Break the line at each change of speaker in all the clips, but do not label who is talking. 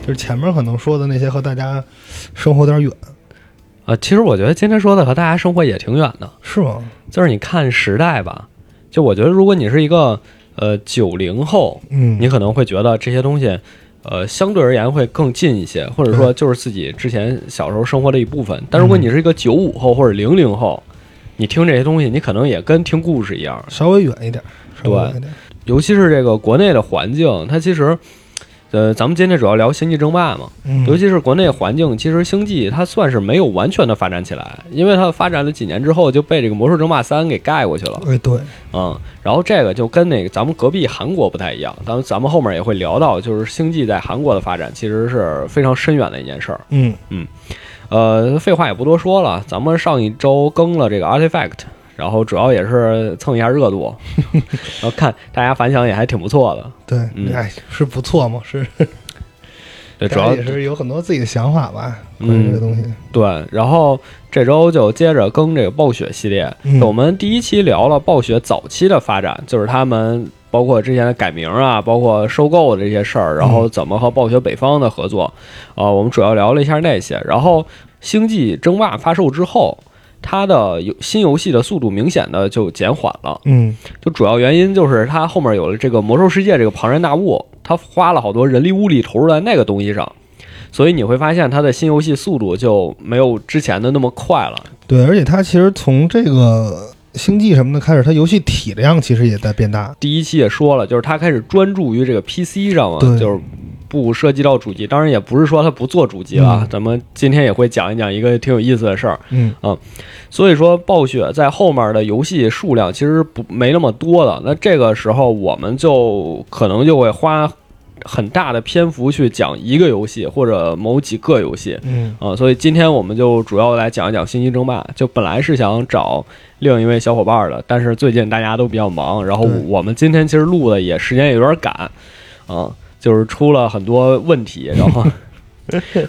就是前面可能说的那些和大家生活有点远，
啊，其实我觉得今天说的和大家生活也挺远的，
是吗？
就是你看时代吧，就我觉得如果你是一个呃九零后，
嗯，
你可能会觉得这些东西，呃，相对而言会更近一些，或者说就是自己之前小时候生活的一部分。但如果你是一个九五后或者零零后，你听这些东西，你可能也跟听故事一样，
稍微远一点，稍微远一点，
尤其是这个国内的环境，它其实，呃，咱们今天主要聊《星际争霸》嘛，
嗯，
尤其是国内环境，其实《星际》它算是没有完全的发展起来，因为它发展了几年之后就被这个《魔兽争霸三》给盖过去了，
哎对，
嗯，然后这个就跟那个咱们隔壁韩国不太一样，咱们咱们后面也会聊到，就是《星际》在韩国的发展其实是非常深远的一件事儿。
嗯
呃，废话也不多说了，咱们上一周更了这个 Artifact，然后主要也是蹭一下热度，然后看大家反响也还挺不错的。
对
嗯，
哎是不错嘛，是
对，主
大家
要
也是有很多自己的想法吧，
嗯
关于这个东西，
对，然后这周就接着更这个暴雪系列。
嗯
我们第一期聊了暴雪早期的发展，就是他们包括之前的改名啊，包括收购的这些事儿，然后怎么和暴雪北方的合作。啊、我们主要聊了一下那些。然后《星际争霸》发售之后，它的游新游戏的速度明显的就减缓了。
嗯
就主要原因就是它后面有了这个魔兽世界这个庞然大物，它花了好多人力物力投入在那个东西上，所以你会发现它的新游戏速度就没有之前的那么快了。
对，而且它其实从这个星际什么的开始，它游戏体量其实也在变大，
第一期也说了，就是它开始专注于这个 PC 上嘛，
对
就是不涉及到主机。当然也不是说它不做主机了，
嗯
咱们今天也会讲一讲一个挺有意思的事儿。
嗯
所以说，暴雪在后面的游戏数量其实不没那么多的。那这个时候，我们就可能就会花很大的篇幅去讲一个游戏或者某几个游戏
嗯
啊、所以今天我们就主要来讲一讲《星际争霸》。就本来是想找另一位小伙伴的，但是最近大家都比较忙，然后
对
我们今天其实录的也时间也有点赶啊、就是出了很多问题，然 后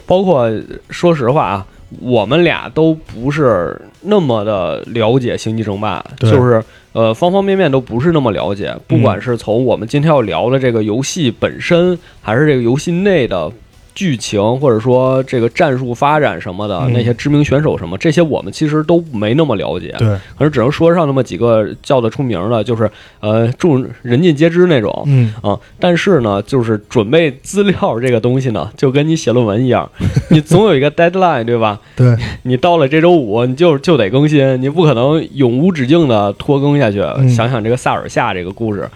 包括说实话啊，我们俩都不是那么的了解《星际争霸》，
对嗯
就是呃方方面面都不是那么了解。不管是从我们今天要聊的这个游戏本身，还是这个游戏内的剧情，或者说这个战术发展什么的，
嗯
那些知名选手什么，这些我们其实都没那么了解。
对，
可是只能说上那么几个叫得出名的，就是呃众人尽皆知那种。
嗯
啊，但是呢，就是准备资料这个东西呢，就跟你写论文一 样，你总有一个 deadline，对吧？
对，
你到了这周五，你就就得更新，你不可能永无止境的拖更下去。
嗯
想想这个萨尔夏这个故事，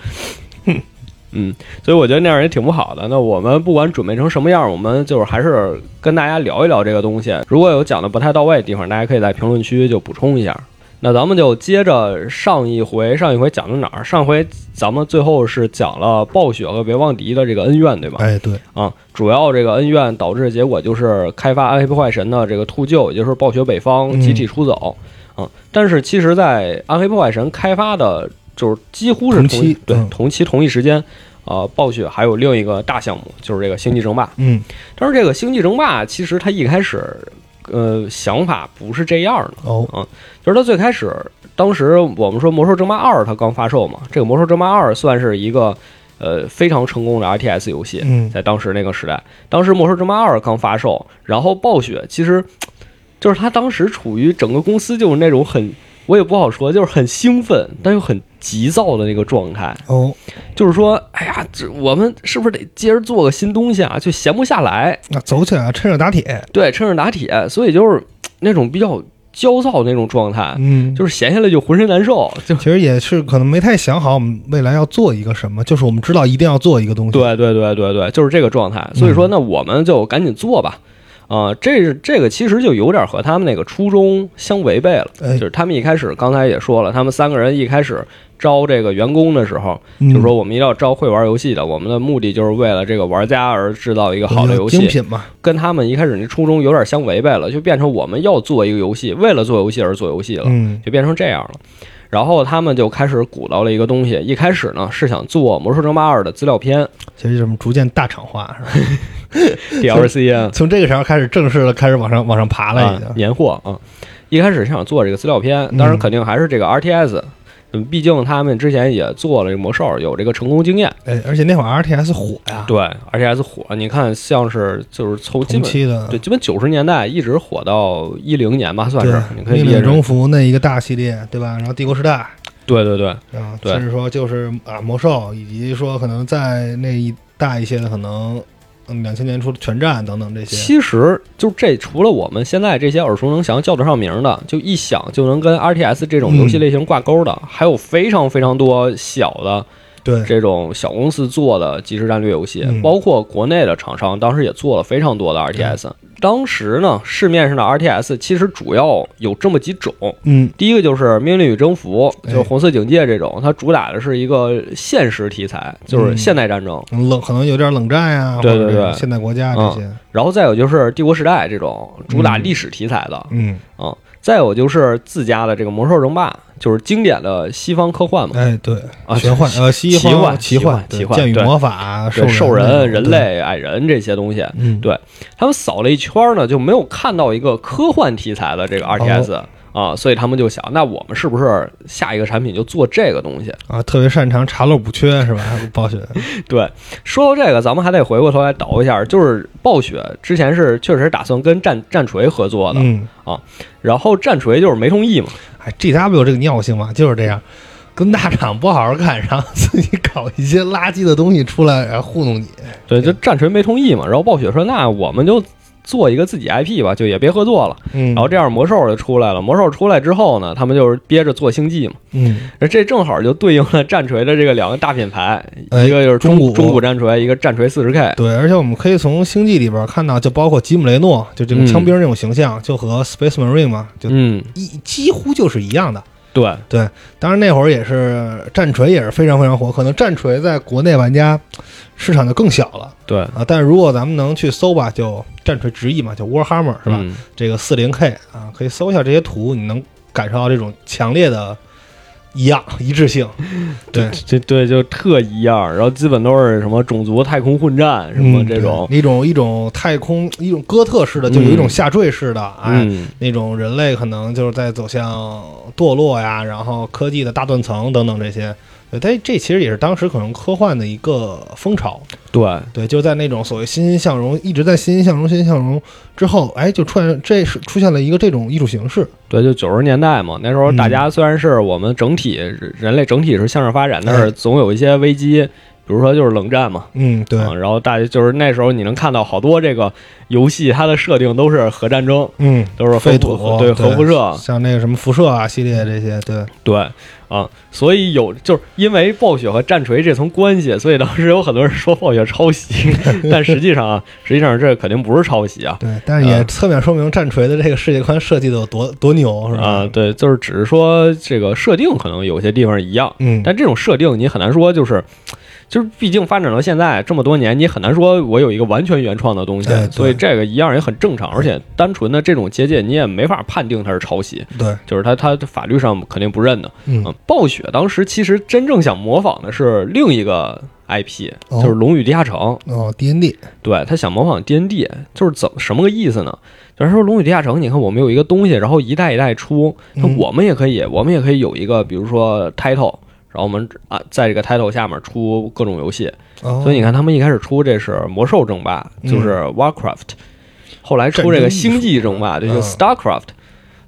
嗯，所以我觉得那样也挺不好的。那我们不管准备成什么样，我们就是还是跟大家聊一聊这个东西。如果有讲的不太到位的地方，大家可以在评论区就补充一下。那咱们就接着上一回，上一回讲到哪儿？上回咱们最后是讲了暴雪和维旺迪的这个恩怨，对吧？
哎对，
啊，主要这个恩怨导致的结果就是开发《暗黑破坏神》的这个秃鹫，也就是暴雪北方
嗯
集体出走。啊，但是其实，在《暗黑破坏神》开发的，就是几乎是
同
同
期
对、
嗯
同期同一时间，啊，暴雪还有另一个大项目，就是这个《星际争霸》。
嗯
但是这个《星际争霸》其实它一开始，呃，想法不是这样的。
哦，
就是它最开始，当时我们说《魔兽争霸二》它刚发售嘛，这个《魔兽争霸二》算是一个呃非常成功的 RTS 游戏，
嗯
在当时那个时代，当时《魔兽争霸二》刚发售，然后暴雪其实就是它当时处于整个公司就是那种很。我也不好说，就是很兴奋，但又很急躁的那个状态，
哦
就是说，哎呀，这我们是不是得接着做个新东西啊？就闲不下来，
那走起来啊，趁热打铁，
对，趁热打铁，所以就是那种比较焦躁的那种状态，
嗯，
就是闲下来就浑身难受，就
其实也是可能没太想好我们未来要做一个什么，就是我们知道一定要做一个东西。，
对对对对对，就是这个状态。所以
嗯
说，那我们就赶紧做吧。啊、这这个其实就有点和他们那个初衷相违背了，
哎
就是他们一开始刚才也说了，他们三个人一开始招这个员工的时候，
嗯
就说我们一定要招会玩游戏的，我们的目的就是为了这个玩家而制造一个好的游戏
精，品嘛，
跟他们一开始那初衷有点相违背了，就变成我们要做一个游戏，为了做游戏而做游戏了。
嗯
就变成这样了。然后他们就开始鼓捣了一个东西，一开始呢是想做《魔兽争霸二》的资料片
其实怎么逐渐大厂化，是 吧
DLC 啊，
从这个时候开始正式的开始往上往上爬了，已经。
嗯
嗯
年货啊。一开始是想做这个资料片，当然肯定还是这个 RTS，、嗯，毕竟他们之前也做了这个魔兽，有这个成功经验。
哎，而且那会儿 RTS 火呀，
对，而且还是火。你看，像是就是从基
同
本
期的
对基本九十年代一直火到一零年吧，算
对
是你可以
秘
理解
密
成
征服那一个大系列，对吧？然后帝国时代，
对对对
然后
对
甚至说就是啊魔兽，以及说可能在那一大一些的可能，嗯，两千年初的全战等等这些，
其实就这，除了我们现在这些耳熟能详、叫得上名的，就一想就能跟 RTS 这
嗯
种游戏类型挂钩的，还有非常非常多小的
对，
这种小公司做的即时战略游戏，
嗯
包括国内的厂商，当时也做了非常多的 RTS。当时呢，市面上的 RTS 其实主要有这么几种，
嗯，
第一个就是《命令与征服》，
哎
就是《红色警戒》这种，它主打的是一个现实题材，就是
嗯
现代战争。
冷可能有点冷战呀，
对
或者
对对嗯
是现代国家这些，
然后再有就是《帝国时代》这种主打
嗯
历史题材的，
嗯，
啊、再有就是自家的这个《魔兽争霸》，就是经典的西方科幻嘛，
哎，对，
啊
玄幻呃西
奇
方
幻
奇
奇
对
幻
剑与
对
魔法啊
对，兽
人
人、人，类、矮人这些东西。
对嗯，
对他们扫了一圈儿呢，就没有看到一个科幻题材的这个 RTS、啊，所以他们就想，那我们是不是下一个产品就做这个东西？
啊，特别擅长查漏补缺是吧？暴雪，
对，说到这个，咱们还得回过头来倒一下，就是暴雪之前是确实打算跟战战锤合作的，
嗯，
然后战锤就是没同意嘛，
哎，G W 这个尿性嘛，就是这样，跟大厂不好好干，然后自己搞一些垃圾的东西出来，然后糊弄你。
对，就战锤没同意嘛，然后暴雪说，那我们就做一个自己 IP 吧，就也别合作了。
嗯
然后这样魔兽就出来了。魔兽出来之后呢，他们就是憋着做星际嘛，
嗯，
这正好就对应了战锤的这个两个大品牌，
哎
一个就是中
中古
中古战锤，一个战锤四十 K。
对，而且我们可以从星际里边看到，就包括吉姆雷诺，就这种枪兵这种形象，就和 Space Marine 嘛，就
嗯，
一几乎就是一样的。
对，
当然那会儿也是战锤也是非常非常火，可能战锤在国内玩家市场就更小了
对，
啊。但是如果咱们能去搜吧，就战锤直译嘛，就 Warhammer 是吧？
嗯
这个四零 K 啊，可以搜一下这些图，你能感受到这种强烈的一样一致 性。对，
这对就特一样，然后基本都是什么种族太空混战什么
嗯
这种，
对一种一种太空一种哥特式的，就有一种下坠式的，哎，
嗯，
那种人类可能就是在走向堕落呀，然后科技的大断层等等这些。对，但这其实也是当时可能科幻的一个风潮。
对，
对，就在那种所谓欣欣向荣，一直在欣欣向荣、欣欣向荣之后，哎，就出现这是出现了一个这种艺术形式。
对，就九十年代嘛，那时候
嗯
大家虽然是我们整体、人类整体是向上发展，但是
哎
总有一些危机，比如说就是冷战嘛，
嗯，对，
嗯，然后大家就是那时候你能看到好多这个游戏，它的设定都是核战争，
嗯，
都是核
废土
核对
对
核辐射，
像那个什么辐射啊系列这些，对，
对啊、所以有就是因为暴雪和战锤这层关系，所以当时有很多人说暴雪抄袭， 但实际上啊，实际上这肯定不是抄袭啊。
对，但是也侧面说明战锤的这个世界观设计的有多多牛，是吧？
啊、对，就是只是说这个设定可能有些地方一样，
嗯，
但这种设定你很难说就是，就是毕竟发展到现在这么多年，你很难说我有一个完全原创的东西，
哎对
所以这个一样也很正常，而且单纯的这种借鉴你也没法判定它是抄袭，
对，
就是它它法律上肯定不认的。
嗯
嗯，暴雪当时其实真正想模仿的是另一个 IP，
哦
就是《龙与地下城》，
哦，D N D，
对他想模仿 D N D，就是怎么什么个意思呢？就是说《龙与地下城》，你看我们有一个东西，然后一代一代出，那
嗯
我们也可以，我们也可以有一个，比如说 title，然后我们啊在这个 title 下面出各种游戏。
哦，嗯
所以你看，他们一开始出这是《魔兽争霸》，就是 Warcraft，、后来出这个《星际争霸》，这
战争
就
艺术
Starcraft，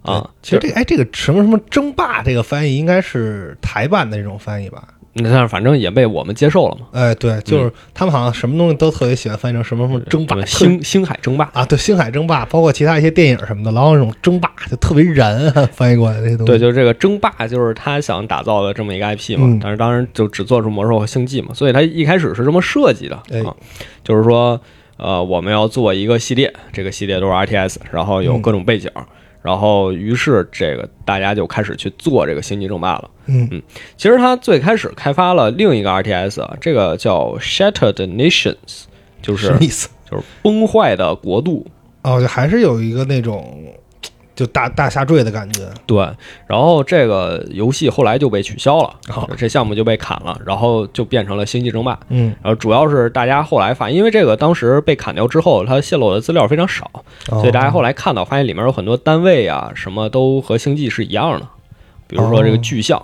啊
嗯对，其实这个哎，这个什么什么争霸这个翻译应该是台版的这种翻译吧？
那但是反正也被我们接受了嘛。
哎，对，就是他们好像什么东西都特别喜欢翻译成什么什么争霸
嗯什么
特
星星海争霸。
啊，对，星海争霸，包括其他一些电影什么的，老有那种争霸就特别燃啊，翻译过来这些东西。
对，就是这个争霸，就是他想打造的这么一个 IP 嘛。
嗯
但是当然就只做出魔兽和星际嘛，所以他一开始是这么设计的
哎
啊，就是说，呃，我们要做一个系列，这个系列都是 RTS，然后有
嗯
各种背景。然后，于是这个大家就开始去做这个星际争霸了。
嗯
其实他最开始开发了另一个 RTS，啊这个叫 Shattered Nations，就是
什么意思？
就是崩坏的国度。
哦，就还是有一个那种就大大下坠的感觉。
对，然后这个游戏后来就被取消了，
好
这项目就被砍了，然后就变成了星际争霸。
嗯，
然后主要是大家后来发，因为这个当时被砍掉之后，它泄露的资料非常少，
所
所以大家后来看到发现里面哦 有很多单位啊，什么都和星际是一样的，比如说这个巨像，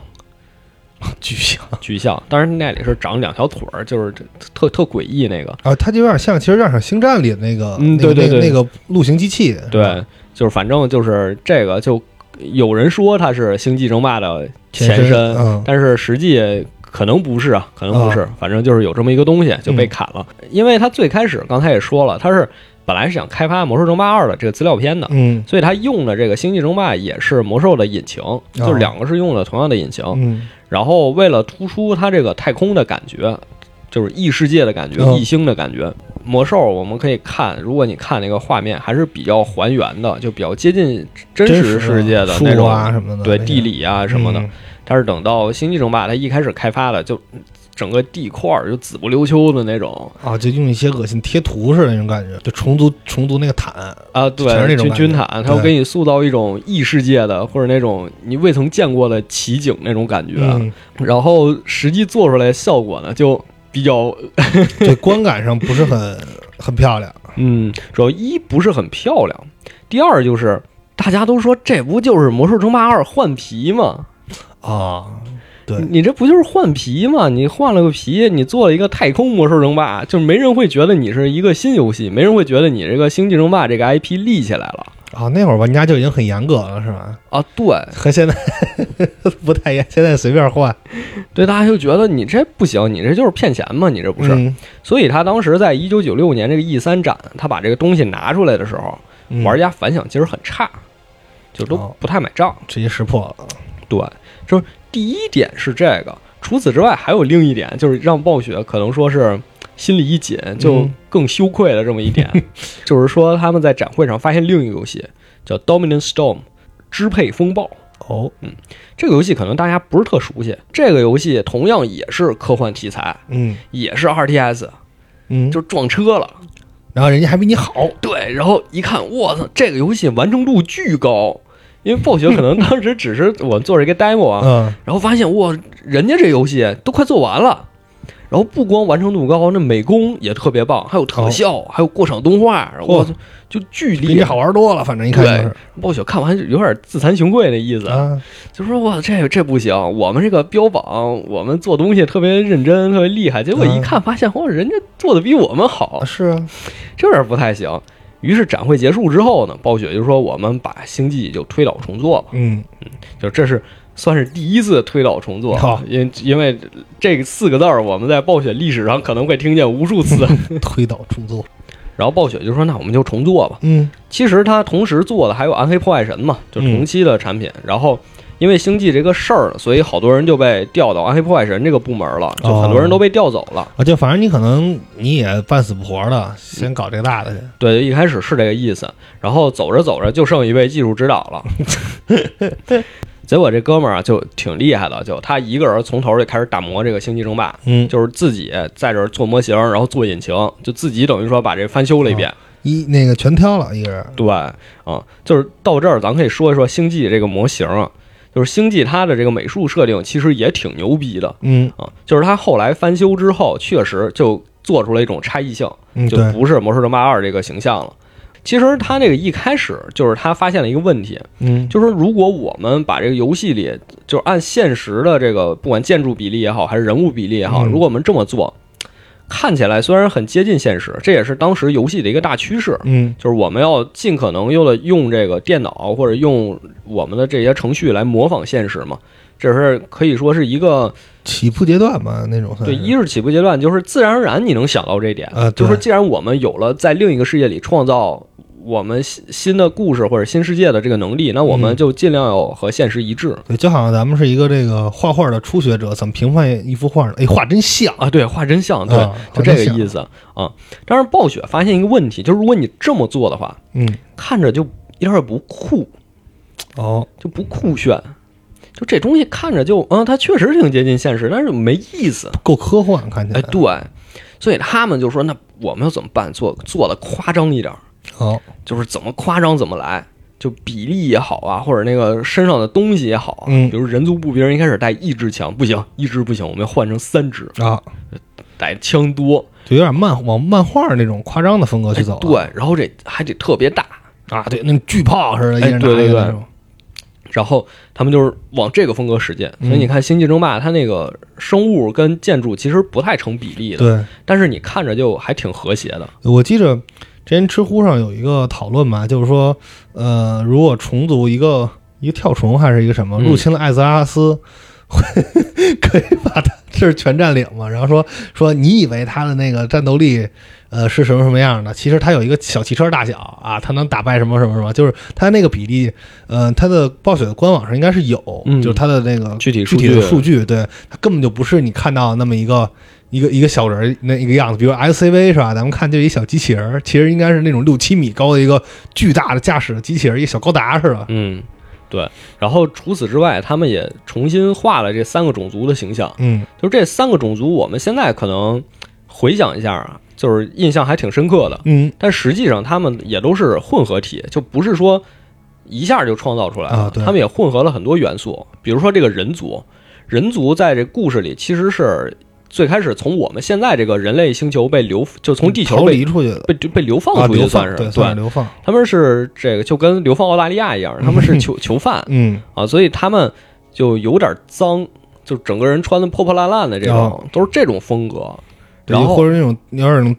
巨像
巨像，当然那里是长两条腿儿，就是这特特诡异那个。
啊，它就有点像，其实有点像《星战》里的那个，
嗯
那个
对对
那
对
个那个陆行机器，
对，就是反正就是这个，就有人说它是《星际争霸》的前
前
身，
身嗯
但是实际可能不是啊，可能不是，反正就是有这么一个东西就
嗯
被砍了。因为它最开始刚才也说了，它是本来是想开发《魔兽争霸二》的这个资料片的。
嗯
所以它用的这个《星际争霸》也是魔兽的引擎，就是两个是用了同样的引擎。
啊嗯
然后为了突出它这个太空的感觉，就是异世界的感觉、
嗯
异星的感觉，魔兽我们可以看，如果你看那个画面还是比较还原的，就比较接近真实世界的那
树
种，
啊什么的，
对
那个
地理啊什么的。
嗯
但是等到《星际争霸》它一开始开发的，就整个地块儿就紫不溜秋的那种
啊，就用一些恶心贴图似的那种感觉，就重组重组那个毯，
啊，
全是那
对，
种感
军
觉
军毯，
对
它会给你塑造一种异世界的或者那种你未曾见过的奇景那种感觉。
嗯，
然后实际做出来的效果呢，就比较
这观感上不是很 很漂亮，
嗯，主要一不是很漂亮，第二就是大家都说这不就是《魔兽争霸二》换皮吗？
啊，对
你这不就是换皮吗？你换了个皮，你做了一个太空魔兽争霸，就没人会觉得你是一个新游戏，没人会觉得你这个星际争霸这个 IP 立起来了
啊，那会儿玩家就已经很严格了，是吧？
啊！对
和现在 不太严，现在随便换，
对，大家就觉得你这不行，你这就是骗钱嘛，你这不是。
嗯
所以他当时在一九九六年这个 E 三展，他把这个东西拿出来的时候，
嗯
玩家反响其实很差，就都
哦
不太买账。
直接识破了，
对，就是第一点是这个，除此之外还有另一点，就是让暴雪可能说是心里一紧，就更羞愧的这么一点，就是说他们在展会上发现另一个游戏叫《Dominant Storm》支配风暴。
哦，
这个游戏可能大家不是特熟悉，这个游戏同样也是科幻题材，
嗯
也是 RTS，
嗯，
就撞车了。
然后人家还比你好，
对，然后一看，我操，这个游戏完成度巨高，因为暴雪可能当时只是我做了一个 demo 啊，
嗯
然后发现哇，人家这游戏都快做完了，然后不光完成度高，那美工也特别棒，还有特效，还有过场动画，我操，就巨
哦比
厉
你
害
好。玩多了，反正一看就是
暴雪看完就有点自惭形愧的意思，
啊，
就说哇，这这不行，我们这个标榜我们做东西特别认真，特别厉害，结果一
嗯
看发现哇，人家做的比我们好，
是啊，
这有点不太行。于是展会结束之后呢，暴雪就说我们把《星际》就推倒重做吧。
嗯
就这是算是第一次推倒重做啊
好，
因因为这四个字儿我们在暴雪历史上可能会听见无数次。
推倒重做，
然后暴雪就说：“那我们就重做吧。
嗯”
其实他同时做的还有《暗黑破坏神》嘛，就同期的产品。然后因为星际这个事儿，所以好多人就被调到《暗黑破坏神》这个部门了，就很多人都被调走了。
啊，就反正你可能你也半死不活的，先搞这个大的去，
对，一开始是这个意思，然后走着走着就剩一位技术指导了。结果这哥们儿啊就挺厉害的，就他一个人从头就开始打磨这个星际争霸，
嗯，
就是自己在这儿做模型，然后做引擎，就自己等于说把这翻修了一遍。
一那个全挑了一个人，
对，啊、就是到这儿，咱可以说一说星际这个模型啊，就是星际它的这个美术设定其实也挺牛逼的
嗯
啊，就是它后来翻修之后，确实就做出了一种差异性，
嗯，
就
对，
不是《魔兽争霸二》这个形象了。其实它这个一开始就是他发现了一个问题，
嗯
就是说如果我们把这个游戏里就是按现实的这个不管建筑比例也好，还是人物比例也好，
嗯
如果我们这么做，看起来虽然很接近现实，这也是当时游戏的一个大趋势。
嗯
就是我们要尽可能用的用这个电脑或者用我们的这些程序来模仿现实嘛，这是可以说是一个
起步阶段嘛那种算
对
是，
一是起步阶段，就是自然而然你能想到这一点
啊，
就
对
是说既然我们有了在另一个世界里创造我们新新的故事或者新世界的这个能力，那我
嗯
们就尽量要和现实一致。
对，就好像咱们是一个这个画画的初学者，怎么评判一幅画呢？哎，画真像，
啊，对，画真像，对，
啊画
就这
真
个
像
意思啊。但是暴雪发现一个问题，就是如果你这么做的话，
嗯，
看着就一点儿也不酷，
哦，
就不酷炫，就这东西看着就，嗯，它确实挺接近现实，但是没意思。
够科幻，看起来，
哎，对，所以他们就说，那我们要怎么办？做做的夸张一点儿，
好，
就是怎么夸张怎么来。就比例也好啊，或者那个身上的东西也好啊，
嗯
比如人族步兵一开始带一支枪，不行，一支不行，我们要换成三支，
啊，
带枪多，
就有点漫往漫画那种夸张的风格去
哎
走了，
对，然后这还得特别大，
啊，对，那种巨炮似的，一
哎
人拿
对对
一个
对
那种，
然后他们就是往这个风格实践，所
嗯
以你看《星际争霸》，它那个生物跟建筑其实不太成比例的，
对，
但是你看着就还挺和谐的。
我记着之前知乎上有一个讨论嘛，就是说，呃，如果重组一个一个跳虫还是一个什么
嗯
入侵了艾泽拉斯，会 可以把它这是全占领嘛？然后说说你以为它的那个战斗力。呃，是什么什么样的？其实它有一个小汽车大小啊，它能打败什么什么什么，就是它那个比例，呃，它的暴雪的官网上应该是有，
嗯
就是它的那个
具体
具
数
体
据
的数据，对，它根本就不是你看到那么一个一个一个小人儿那一个样子。比如 SCV 是吧？咱们看就是一小机器人儿，其实应该是那种六七米高的一个巨大的驾驶的机器人儿，一个小高达似的。
嗯，对。然后除此之外，他们也重新画了这三个种族的形象，
嗯
就是这三个种族，我们现在可能回想一下啊，就是印象还挺深刻的。
嗯
但实际上，他们也都是混合体，就不是说一下就创造出来的。
啊对
他们也混合了很多元素，比如说这个人族，人族在这故事里其实是最开始从我们现在这个人类星球被流，就从地球
逃
被
离出去的，
被被流
啊
放出去，
流
算
放
是、
对，算是流放。
他们是这个就跟流放澳大利亚一样，他们 是囚囚犯
嗯，
啊，所以他们就有点脏，就整个人穿的破破烂烂的这种
哦，
都是这种风格。
对
然后
或者那种有点那种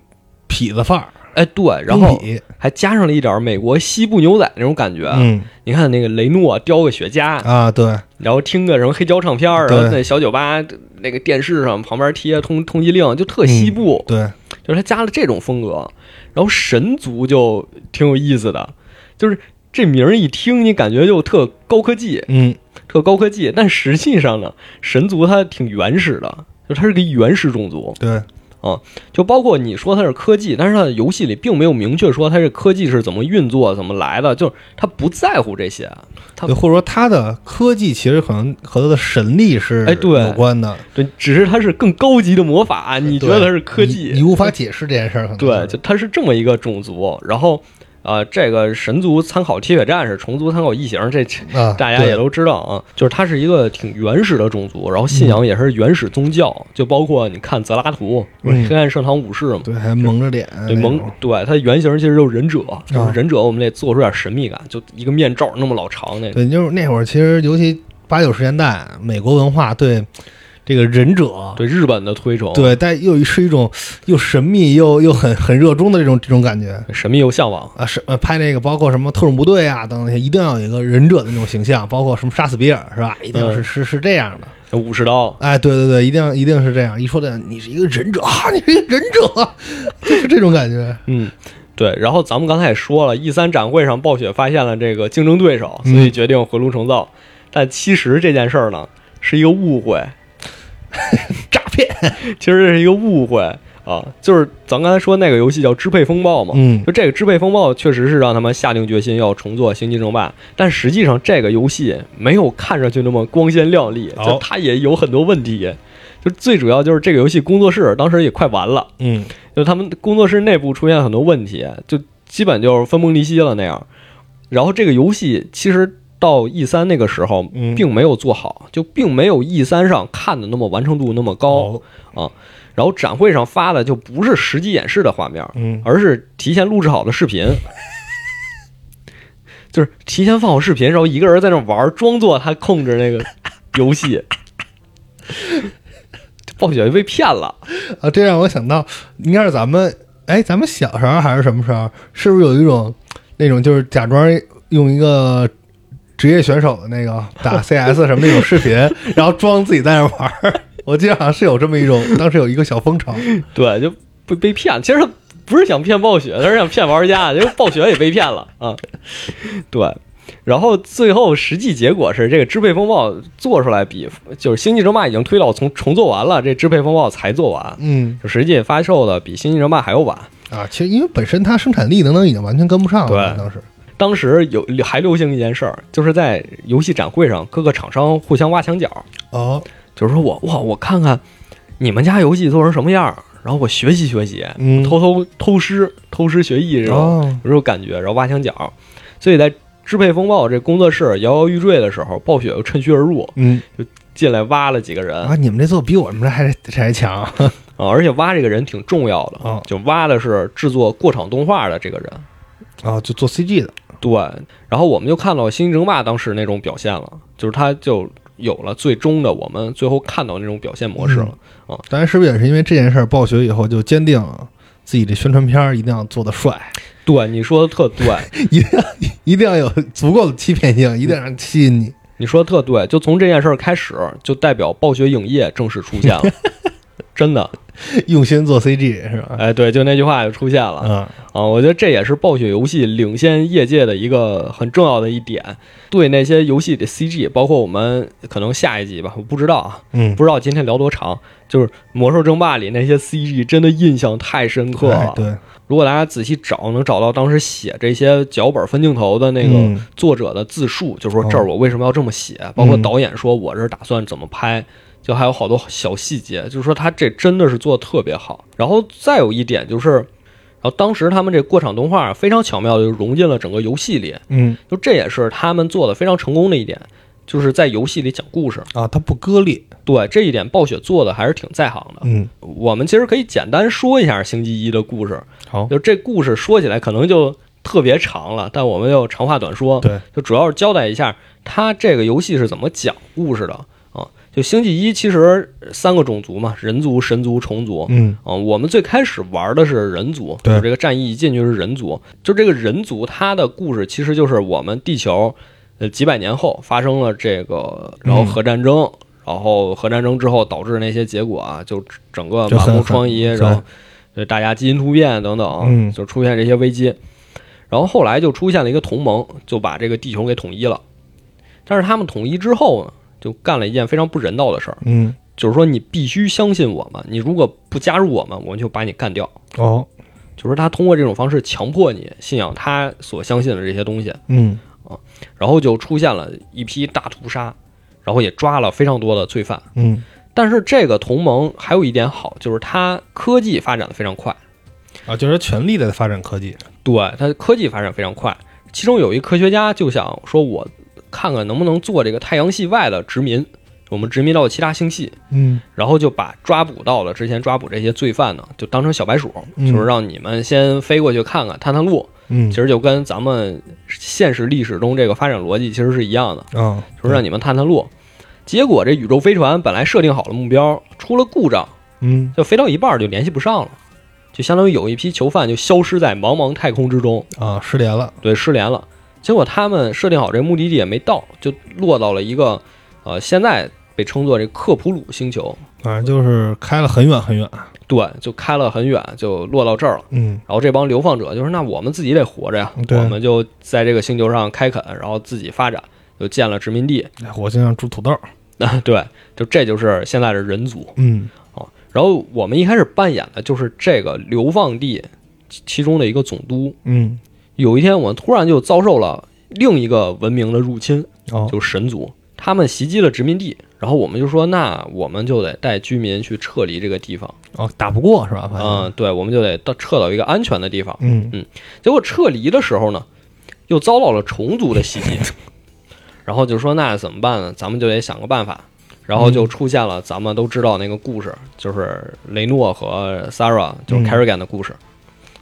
痞子范儿，
哎，对，然后啊
兵痞
还加上了一点美国西部牛仔那种感觉。
嗯
你看那个雷诺叼个雪茄，
啊，对，
然后听个什么黑胶唱片儿，
对
然后在小酒吧那个电视上旁边贴通通缉令，就特
嗯
西部。
对，
就是他加了这种风格，然后神族就挺有意思的，就是这名儿一听你感觉就特高科技，
嗯
特高科技，但实际上呢，神族它挺原始的，就它是个原始种族，
对，
就包括你说它是科技，但是它的游戏里并没有明确说它这科技是怎么运作、怎么来的，就是它不在乎这些。它
对或者说他的科技其实可能和他的神力是
哎对
有关的，
对，只是它是更高级的魔法，你觉得它是科技，
你你无法解释这件事儿，可能
对，
是
就它是这么一个种族，然后。呃，这个神族参考铁血战士，虫族参考异形，这这
啊，
大家
对
也都知道啊。就是它是一个挺原始的种族，然后信
嗯
仰也是原始宗教，就包括你看泽拉图，不是
嗯
黑暗圣堂武士嘛，
对，还蒙着脸，
对蒙，对它的原型其实就是忍者，就是
啊
忍者我们得做出点神秘感，就一个面罩那么老长那个，
对，就是那会儿，其实尤其八九十年代，美国文化对这个忍者，
对日本的推崇，
对，但又是一种又神秘又又很很热衷的这种这种感觉
神秘又向往，
啊，是呃拍那个包括什么特种部队啊等等，一定要有一个忍者的那种形象，包括什么杀死比尔是吧？一定要是、是是这样的，
武士刀，
哎，对对对，一定一定是这样。一说的你是一个忍者 啊，你是一个忍者， 就是这种感觉。
嗯。对，然后咱们刚才也说了，E 三展会上暴雪发现了这个竞争对手，所以
嗯
决定回炉重造。但其实这件事儿呢是一个误会，
诈骗，
其实这是一个误会啊，就是咱刚才说那个游戏叫《支配风暴》嘛，
嗯
就这个《支配风暴》确实是让他们下定决心要重做《星际争霸》，但实际上这个游戏没有看上去那么光鲜亮丽，
哦
就它也有很多问题。就最主要就是这个游戏工作室当时也快完了，
嗯，
就他们工作室内部出现很多问题，就基本就是分崩离析了那样。然后这个游戏其实到 E 三那个时候
嗯
并没有做好，就并没有 E 三上看的那么完成度那么高。啊
哦，
然后展会上发的就不是实际演示的画面，
嗯，
而是提前录制好的视 频，就是提前放好视频，然后一个人在那玩儿，装作他控制那个游戏。 暴雪被骗了，
啊，这让我想到，应该是咱们，哎，咱们小时候还是什么时候，是不是有一种那种就是假装用一个职业选手的那个打 CS 什么那种视频，然后装自己在那玩儿？我记得好像是有这么一种，当时有一个小风潮，
对，就被被骗。其实他不是想骗暴雪，他是想骗玩家，因为暴雪也被骗了啊。对，然后最后实际结果是，这个支配风暴做出来比就是《星际争霸》已经推到从重做完了，这支配风暴才做完。
嗯
就实际发售的比《星际争霸》还要晚。
啊，其实因为本身它生产力等等已经完全跟不上了，
对
当时
当时有还流行一件事儿，就是在游戏展会上，各个厂商互相挖墙脚，
哦，
就是说我哇，我看看你们家游戏做成什么样儿，然后我学习学习，
嗯，
偷偷偷师偷师学艺这种、
哦，
有这种感觉，然后挖墙脚。所以在支配风暴这工作室摇摇欲坠的时候，暴雪又趁虚而入，
嗯
进来挖了几个人
啊，你们这做比我们这还这还强，
啊，而且挖这个人挺重要的
哦，
就挖的是制作过场动画的这个人。
啊，就做 CG 的，
对，然后我们就看到星际争霸当时那种表现了，就是它就有了最终的我们最后看到那种表现模式了。
当然，是不是也是因为这件事儿暴雪以后就坚定了自己的宣传片儿一定要做得帅，
对，你说的特对，
一定要一定要有 足够的欺骗性，一定要吸引你。
你说的特对，就从这件事儿开始，就代表暴雪影业正式出现了，真的，
用心做 CG 是吧？
哎，对，就那句话就出现了。
嗯，
啊，我觉得这也是暴雪游戏领先业界的一个很重要的一点，对那些游戏的 CG，包括我们可能下一集吧，我不知道啊，
嗯，
不知道今天聊多长，就是《魔兽争霸》里那些 CG 真的印象太深刻
哎
了。
对，
如果大家仔细找，能找到当时写这些脚本分镜头的那个
嗯
作者的自述，就说这儿我为什么要这么写，包括导演说我是打算怎么拍，就还有好多小细节，就是说他这真的是做的特别好。然后再有一点就是，然后当时他们这过场动画非常巧妙的就融进了整个游戏里，
嗯
就这也是他们做的非常成功的一点，就是在游戏里讲故事。
啊，它不割裂，
对这一点，暴雪做的还是挺在行的。
嗯，
我们其实可以简单说一下《星际一》的故事，
好，
就这故事说起来可能就特别长了，但我们就长话短说，
对，
就主要是交代一下它这个游戏是怎么讲故事的啊。就星际一其实三个种族嘛，人族、神族、虫族。
嗯
啊，我们最开始玩的是人族，
对
就这个战役一进去是人族，就这个人族它的故事其实就是我们地球，呃几百年后发生了这个，然后
嗯
核战争，然后核战争之后导致那些结果啊，就整个
就
满
很
目疮痍，
很
然后对大家基因突变等等，
嗯
就出现这些危机。然后后来就出现了一个同盟，就把这个地球给统一了。但是他们统一之后呢，就干了一件非常不人道的事儿，
嗯，
就是说你必须相信我们，你如果不加入我们，我们就把你干掉。
哦，
就是他通过这种方式强迫你信仰他所相信的这些东西，
嗯
然后就出现了一批大屠杀，然后也抓了非常多的罪犯。
嗯
但是这个同盟还有一点好，就是它科技发展的非常快，
啊，就是全力的发展科技，
对它科技发展非常快。其中有一科学家就想说，我看看能不能做这个太阳系外的殖民，我们殖民到其他星系，
嗯
然后就把抓捕到了之前抓捕这些罪犯呢，就当成小白鼠，
嗯
就是让你们先飞过去看看探探路。
嗯
其实就跟咱们现实历史中这个发展逻辑其实是一样的，
啊，
就是让你们探探路。结果这宇宙飞船本来设定好了目标，出了故障，
嗯
就飞到一半儿就联系不上了，就相当于有一批囚犯就消失在茫茫太空之中，
啊，失联了，
对，失联了。结果他们设定好这个目的地也没到，就落到了一个呃现在被称作这克普鲁星球，
反正就是开了很远很远，
对，就开了很远，就落到这儿了。
嗯
然后这帮流放者就是，那我们自己得活着呀，
对
我们就在这个星球上开垦，然后自己发展，就建了殖民地。
哎我经常种土豆，
啊，对，就这就是现在的人族
嗯
啊。然后我们一开始扮演的就是这个流放地其其中的一个总督。
嗯，
有一天，我们突然就遭受了另一个文明的入侵，
哦，
就是神族，他们袭击了殖民地。然后我们就说，那我们就得带居民去撤离这个地方。
哦，打不过是吧？反正，
嗯，对，我们就得到撤到一个安全的地方。
啊嗯
结果撤离的时候呢，又遭到了虫族的袭击，然后就说那怎么办呢？咱们就得想个办法。然后就出现了咱们都知道那个故事，就是雷诺和 Sarah 就是
嗯
Kerrigan 的故事，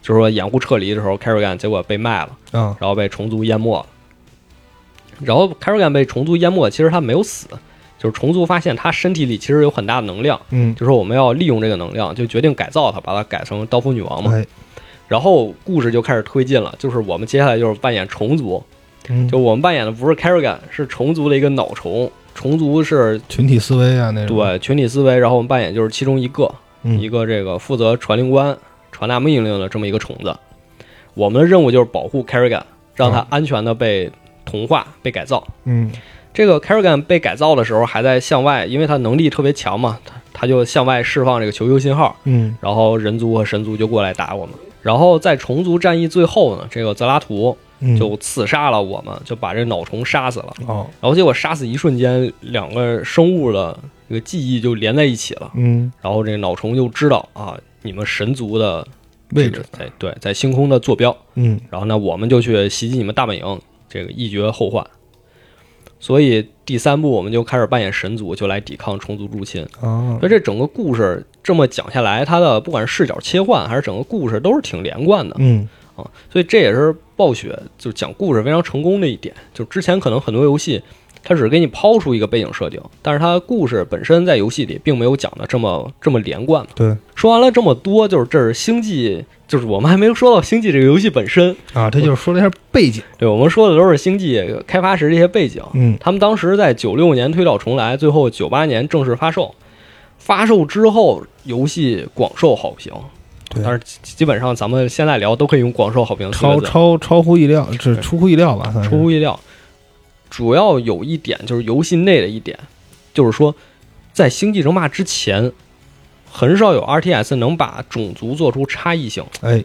就是说掩护撤离的时候，Kerrigan 结果被卖了，
啊，
然后被虫族淹没了。然后 Kerrigan 被虫族淹没，其实他没有死，就是虫族发现他身体里其实有很大的能量，
嗯，
就说我们要利用这个能量，就决定改造它，把它改成刀锋女王嘛。
哎，
然后故事就开始推进了，就是我们接下来就是扮演虫族，
嗯
就我们扮演的不是 Kerrigan，是虫族的一个脑虫，虫族是
群体思维啊那种，
对群体思维，然后我们扮演就是其中一个，
嗯
一个这个负责传令官传达命令的这么一个虫子。我们的任务就是保护 Kerrigan，让他
啊
安全的被同化、被改造。
嗯
这个 Kerrigan 被改造的时候还在向外，因为他能力特别强嘛，他他就向外释放这个求救信号，
嗯
然后人族和神族就过来打我们。然后在虫族战役最后呢，这个泽拉图
嗯，
就刺杀了我们，就把这脑虫杀死了。
哦，
然后结果杀死一瞬间，两个生物的这个记忆就连在一起了。
嗯，
然后这脑虫就知道啊，你们神族的
位置，
在对在星空的坐标。
嗯
然后呢，我们就去袭击你们大本营，这个一决后患。所以第三部我们就开始扮演神族，就来抵抗虫族入侵。
啊，
所以这整个故事这么讲下来，它的不管是视角切换还是整个故事都是挺连贯的
嗯
啊，所以这也是暴雪就讲故事非常成功的一点。就之前可能很多游戏，它只是给你抛出一个背景设定，但是它故事本身在游戏里并没有讲的这么这么连贯。
对
说完了这么多，就是这是星际，就是我们还没说到星际这个游戏本身。
啊，他就是说了一下背景，
对，我们说的都是星际开发时这些背景。
嗯，
他们当时在九六年推倒重来，最后九八年正式发售。发售之后，游戏广受好评。
对
但是基基本上咱们现在聊都可以用广受好评四个
超
字，
超超乎意料，这出乎意料吧，算是
出乎意料。主要有一点就是游戏内的一点，就是说，在《星际争霸》之前，很少有 RTS 能把种族做出差异性。
哎，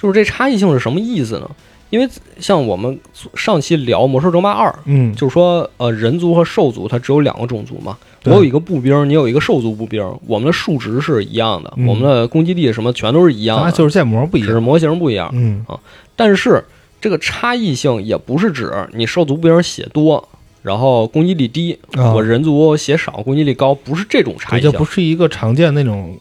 就是这差异性是什么意思呢？因为像我们上期聊《魔兽争霸二》，
嗯，
就是说，呃，人族和兽族它只有两个种族嘛。我
对
有一个步兵，你有一个兽族步兵，我们的数值是一样的，
嗯
我们的攻击力什么全都是一样
咱
的，
俩就是建模不一
只是
样，
模型不一样。
嗯，
但是这个差异性也不是指你兽族步兵血多，然后攻击力低，
啊
我人族血少，攻击力高，不是这种差
这
异
就
性。
不是一个常见那种，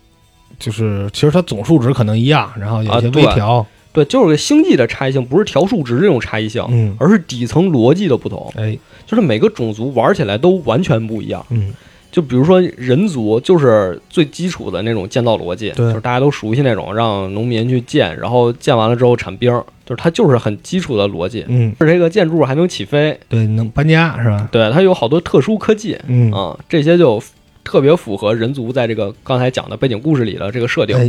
就是其实它总数值可能一样，然后有
啊
一些
对
微调，
对，就是个星际的差异性，不是调数值这种差异性，
嗯，
而是底层逻辑的不同。
哎，
就是每个种族玩起来都完全不一样。
嗯，
就比如说人族，就是最基础的那种建造逻辑，
对
就是大家都熟悉那种，让农民去建，然后建完了之后产兵，就是它就是很基础的逻辑。
嗯，
是这个建筑还能起飞，
对，能搬家是吧？
对它有好多特殊科技
嗯，
啊，这些就特别符合人族在这个刚才讲的背景故事里的这个设定。
哎，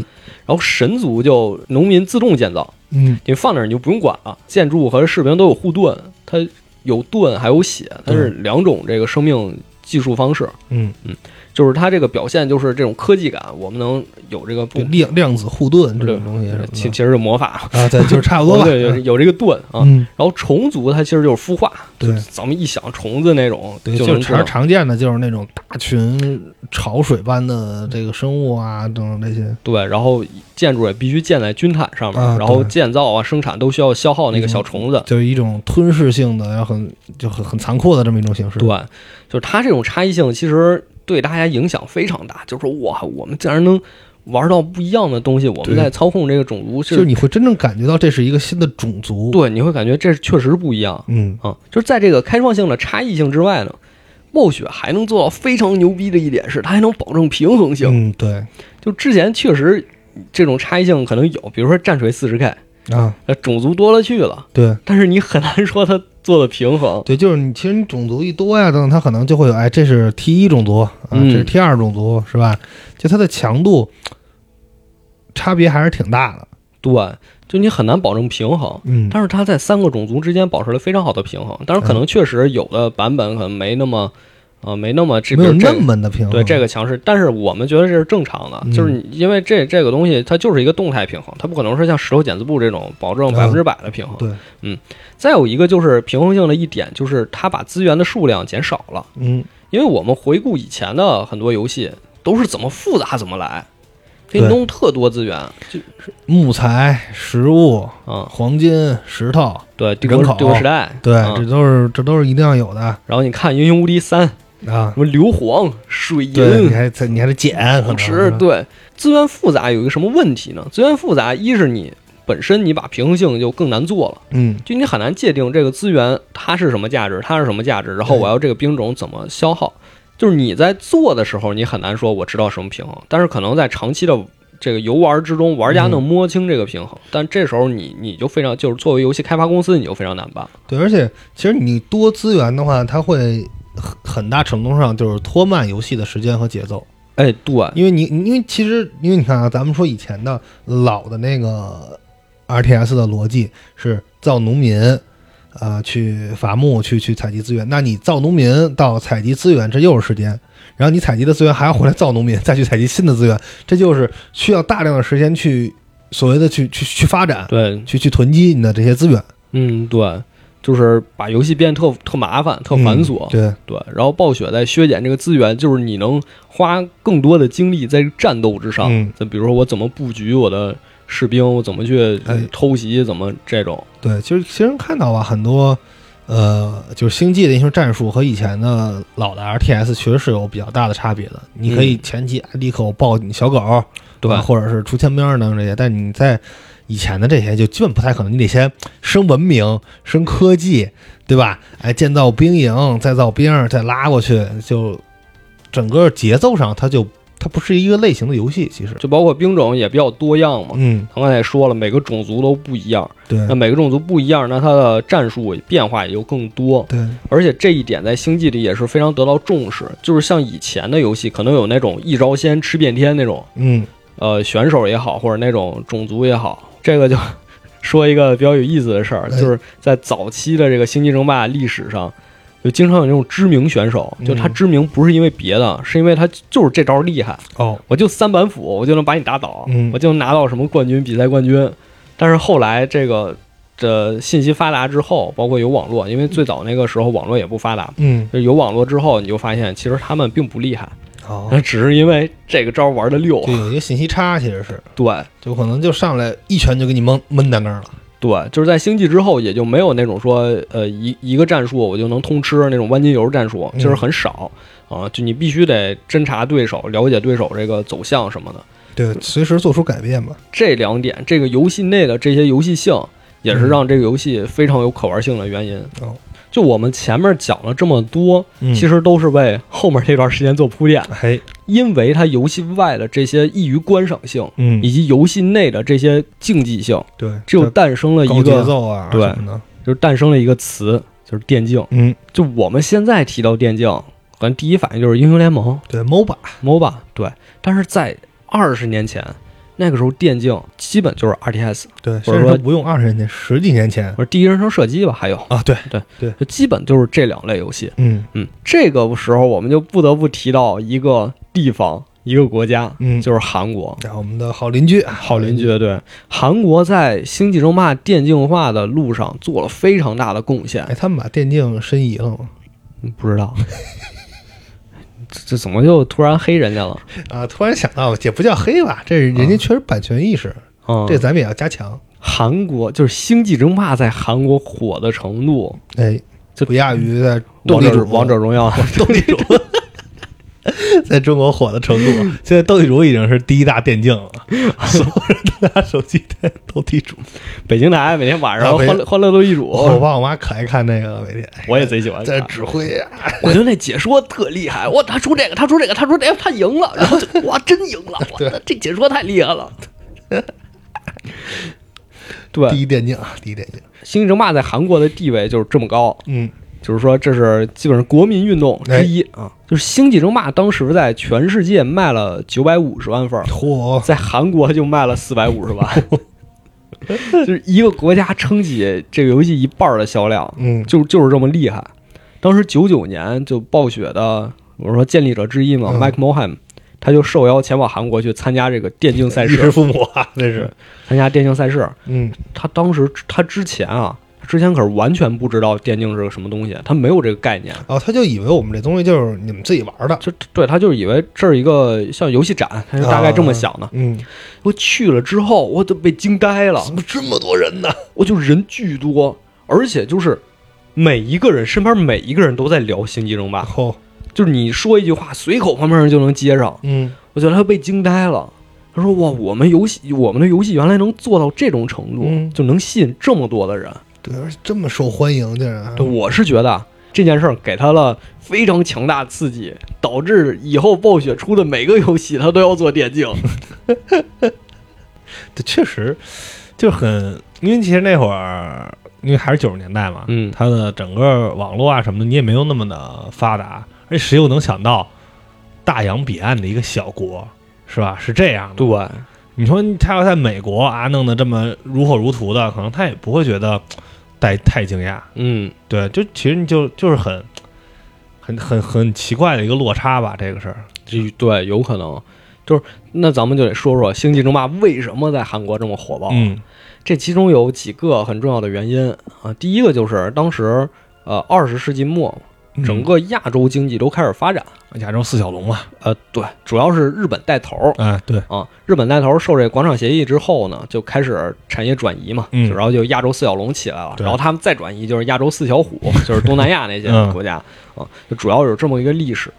然后神族就农民自动建造，
嗯，
你放那儿你就不用管了。建筑和士兵都有护盾，它有盾还有血，它是两种这个生命技术方式。
嗯
就是它这个表现就是这种科技感，我们能有这个不呃
就量量子护盾这种东西什
其其
么
实是魔法，
的啊，对，就是差不 多吧，
对，有有这个盾啊。
嗯，
然后虫族它其实就是孵化，
对。
咱们一想虫子那种
对，
就
就
能
是
知道
常常见的就是那种大群潮水般的这个生物啊，等等这些，
对，然后建筑也必须建在军毯上面，
啊
然
对
后
嗯
建造啊、生产都需要消耗那个小虫子。
就是一种吞噬性的，然后很就很很残酷的这么一种形式。
对，就是它这种差异性，其实对大家影响非常大。就是说，哇，我们竟然能玩到不一样的东西，我们
对
在操控这个种族，
就是你会真正感觉到这是一个新的种族。，
对，你会感觉这确实不一样
嗯，
啊。就是在这个开创性的差异性之外呢，暴雪还能做到非常牛逼的一点是，它还能保证平衡性。
嗯，对
就之前确实这种差异性可能有，比如说战锤四十 K，
啊，
呃，种族多了去了，
对
但是你很难说它做的平衡。
对，就是你其实你种族一多呀，等等，它可能就会有，哎，这是 T 一种族啊，
嗯
这是 T 二种族，是吧？就它的强度差别还是挺大的。
对，就你很难保证平衡。
嗯，
但是它在三个种族之间保持了非常好的平衡。当然，可能确实有的版本可能没那么，呃，没那么这
没有
比如这
那
个
么的平衡。
对这个强势，但是我们觉得这是正常的，
哦嗯
就是你因为这这个东西它就是一个动态平衡，它不可能是像石头剪子布这种保
嗯
证百分之百的平衡。
对，
嗯，再有一个就是平衡性的一点，就是它把资源的数量减少了，
嗯，
因为我们回顾以前的很多游戏都是怎么复杂怎么来，给你
对
弄特多资源，就
木材、食物、
啊、
黄金、石头，
对，帝国
人口
帝国时代，
对，
嗯
这都是这都是一定要有的
然后你看《英雄无敌三》，
啊
什。么硫磺、水
对，
银
你、还得你还得捡，可
矿
能
池
是，吧
对资源复杂有一个什么问题呢？资源复杂，一是你本身你把平衡性就更难做了，
嗯，
就你很难界定这个资源它是什么价值，它是什么价值，然后
对
我要这个兵种怎么消耗，就是你在做的时候，你很难说我知道什么平衡，但是可能在长期的。这个游玩之中，玩家能摸清这个平衡，但这时候你你就非常就是作为游戏开发公司，你就非常难办。
对，而且其实你多资源的话，它会很很大程度上就是拖慢游戏的时间和节奏，
哎，对，
因为你因为其实因为你看啊，咱们说以前的老的那个 R T S 的逻辑是造农民。啊、去伐木，去去采集资源。那你造农民到采集资源，这又是时间。然后你采集的资源还要回来造农民，再去采集新的资源，这就是需要大量的时间去所谓的去去去发展，
对，
去去囤积你的这些资源，
嗯，对，就是把游戏变得特特麻烦、特繁琐。
嗯对，
对，然后暴雪在削减这个资源，就是你能花更多的精力在战斗之上。
嗯
就比如说我怎么布局我的士兵，我怎么去
哎
偷袭，怎么这种。
对，就是其实看到吧，很多呃，就是星际的英雄战术和以前的老的 RTS 确实是有比较大的差别的。你可以前期立刻我抱你小狗，
嗯
啊
对
啊，或者是出千兵儿等等这些，但你在以前的这些就基本不太可能，你得先升文明、升科技，对吧？哎，建造兵营，再造兵，再拉过去，就整个节奏上，它就它不是一个类型的游戏，其实，
就包括兵种也比较多样嘛。
嗯，
刚才也说了，每个种族都不一样，
对
那每个种族不一样，那它的战术变化也就更多。
对，
而且这一点在星际里也是非常得到重视，就是像以前的游戏，可能有那种一招鲜吃遍天那种，
嗯
呃，选手也好，或者那种种族也好，这个就 说一个比较有意思的事儿，
哎
就是在早期的这个星际争霸历史上，就经常有那种知名选手，就他
嗯
知名不是因为别的，是因为他就是这招厉害，
哦，
我就三板斧，我就能把你打倒，
嗯
我就能拿到什么冠军比赛冠军。但是后来这个这信息发达之后，包括有网络，因为最早那个时候网络也不发达，
嗯，
就有网络之后，你就发现其实他们并不厉害，
好，
只是因为这个招玩的溜
就。有一个信息差，其实是，
对
就可能就上来一拳就给你蒙闷在那儿了，
对，就是在星际之后，也就没有那种说呃一一个战术我就能通吃那种弯金油战术，
嗯
就是很少啊、就你必须得侦查对手，了解对手这个走向什么的。
对，随时做出改变嘛，
这两点，这个游戏内的这些游戏性，也是让这个游戏非常有可玩性的原因。
哦
就我们前面讲了这么多，
嗯
其实都是为后面这段时间做铺垫，
嘿，
因为它游戏外的这些易于观赏性，
嗯
以及游戏内的这些竞技性，
对，
只有诞生了
高
一
节
个，
奏啊，
对
什么的，
就是诞生了一个词，就是电竞。
嗯，
就我们现在提到电竞，可能第一反应就是英雄联盟、
对，MOBA，
MOBA，对。但是在二十年前，那个时候电竞基本就是 RTS，
对，
或
甚
者
至
说
都不用二十年前，十几年前
或者第一人称射击吧，还有。
啊，对，
就基本就是这两类游戏。
嗯
嗯，这个时候我们就不得不提到一个地方，一个国家，
嗯，
就是韩国。
然后我们的好邻居，啊好
好邻居，对韩国在星际争霸电竞化的路上做了非常大的贡献。
哎，他们把电竞申遗了吗？
嗯不知道 这这怎么就突然黑人家了？
啊，突然想到，也不叫黑吧，这是人家确实版权意识，
啊嗯，
这咱们也要加强。
韩国就是星际争霸在韩国火的程度，
哎，
这
不亚于在斗
王
地
者
主、
王者 荣耀
斗地主在中国火的程 度，现在斗地主已经是第一大电竞 了，所有人都拿手机在斗地主。
北京台每天晚上
啊北
欢乐欢乐斗地主，
哦我爸我妈可爱看那个了，每天
我也贼喜欢看。
在指挥啊，
我觉得那解说特厉害，哇，他出这个，他出这个，他出这个，他赢了，然 后就哇，真赢了，哇，那这解说太厉害了。对，
第
《
一电竞，啊第一电竞。
星际争霸》在韩国的地位就是这么高，
嗯，哎
就是说这是基本上国民运动之一啊。就是《星际争霸》当时在全世界卖了九百五十万份儿，
嚯，
在韩国就卖了四百五十万，就是一个国家撑起这个游戏一半儿的销量。
嗯，
就就是这么厉害。当时九九年就暴雪的，我说建立者之一嘛、
嗯
m i k e Mohan，他就受邀前往韩国去参加这个电竞赛
衣 食
事，
父母啊，这是。
参加电竞赛事。
嗯，
他当时他之前啊，他之前可是完全不知道电竞是个什么东西，他没有这个概念，
哦，他就以为我们这东西就是你们自己玩的。
就对他就是以为这是一个像游戏展，他是大概这么想的。
嗯，
我去了之后，我都被惊呆了，
怎么这么多人呢？
我就人巨多，而且就是每一个人身边每一个人都在聊星际争霸。
嚯，
就是你说一句话，随口旁边人就能接上。
嗯，
我觉得他被惊呆了。他说：“哇，我们游戏，我们的游戏原来能做到这种程度，
嗯
就能吸引这么多的人。
对，而且这么受欢迎，竟然
对我是觉得啊这件事儿给他了非常强大的刺激，导致以后暴雪出的每个游戏他都要做电竞。
这确实就很，因为其实那会儿，因为还是九十年代嘛，
嗯
它的整个网络啊什么的，你也没有那么的发达，而且谁又能想到大洋彼岸的一个小国？是吧？是这样的。
对，
你说他要在美国啊弄得这么如火如荼的，可能他也不会觉得太太惊讶。
嗯，
对，就其实你就就是很很很很奇怪的一个落差吧，这个事儿。
这对有可能。就是那咱们就得说说《星际争霸》为什么在韩国这么火爆。
嗯
这其中有几个很重要的原因啊。第一个就是当时呃二十世纪末，
嗯
整个亚洲经济都开始发展。
亚洲四小龙嘛，
呃，对，主要是日本带头儿
啊，对，
啊。日本带头儿受这广场协议之后呢，就开始产业转移嘛，
嗯
就然后就亚洲四小龙起来了，
对
然后他们再转移就是亚洲四小虎，就是东南亚那些
嗯
国家、啊，就主要有这么一个历史，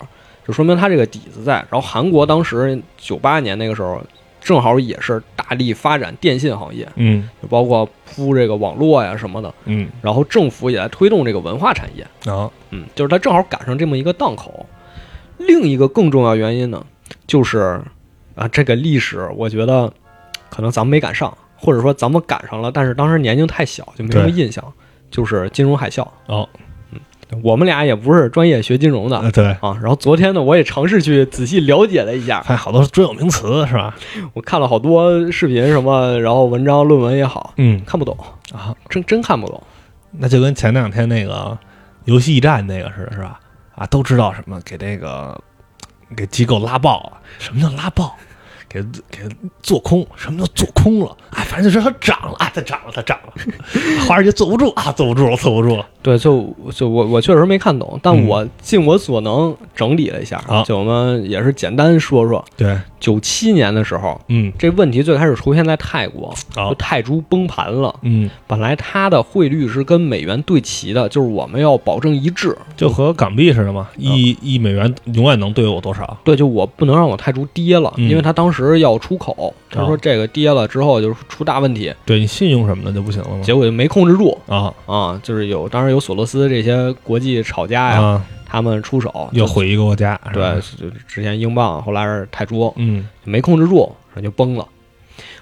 就说明他这个底子在。然后韩国当时九八年那个时候，正好也是大力发展电信行业，
嗯
就包括铺这个网络呀什么的。
嗯，
然后政府也在推动这个文化产业，
然后
嗯，就是它正好赶上这么一个档口。另一个更重要原因呢，就是啊，这个历史我觉得可能咱们没赶上，或者说咱们赶上了，但是当时年龄太小，就没什么
对
印象。就是金融海啸
哦，
嗯，我们俩也不是专业学金融的
呃对，
啊。然后昨天呢，我也尝试去仔细了解了一下，
看好多专有名词是吧？
我看了好多视频什么，然后文章论文也好，
嗯
看不懂，
啊，
真真看不懂。
那就跟前两天那个游戏驿站那个似的，是吧？啊，都知道什么给这个给机构拉爆啊？什么叫拉爆？给给做空？什么叫做空了？哎，反正就是它涨了，啊，它涨了，它涨了。 华尔街坐不住啊，坐不住了，坐不住了。
对，就就我我确实没看懂，但
嗯
我尽我所能整理了一下，
好
就我们也是简单说说。
对，
九七年的时候，
嗯，
这问题最开始出现在泰国，
好
就泰铢崩盘了。
嗯，
本来它的汇率是跟美元对齐的，就是我们要保证一致。
就和港币似的嘛，一一美元永远能兑我多少？
对，就我不能让我泰铢跌了，
嗯
因为它当时要出口，他说
哦
这个跌了之后就是出大问题，
对你信用什么的就不行了吗？
结果就没控制住
啊
啊，就是有当时有索罗斯这些国际炒家呀，
啊，
他们出手
又
就
毁一个国家，是吧
对，，就之前英镑，后来是泰铢，
嗯
没控制住，然后就崩了。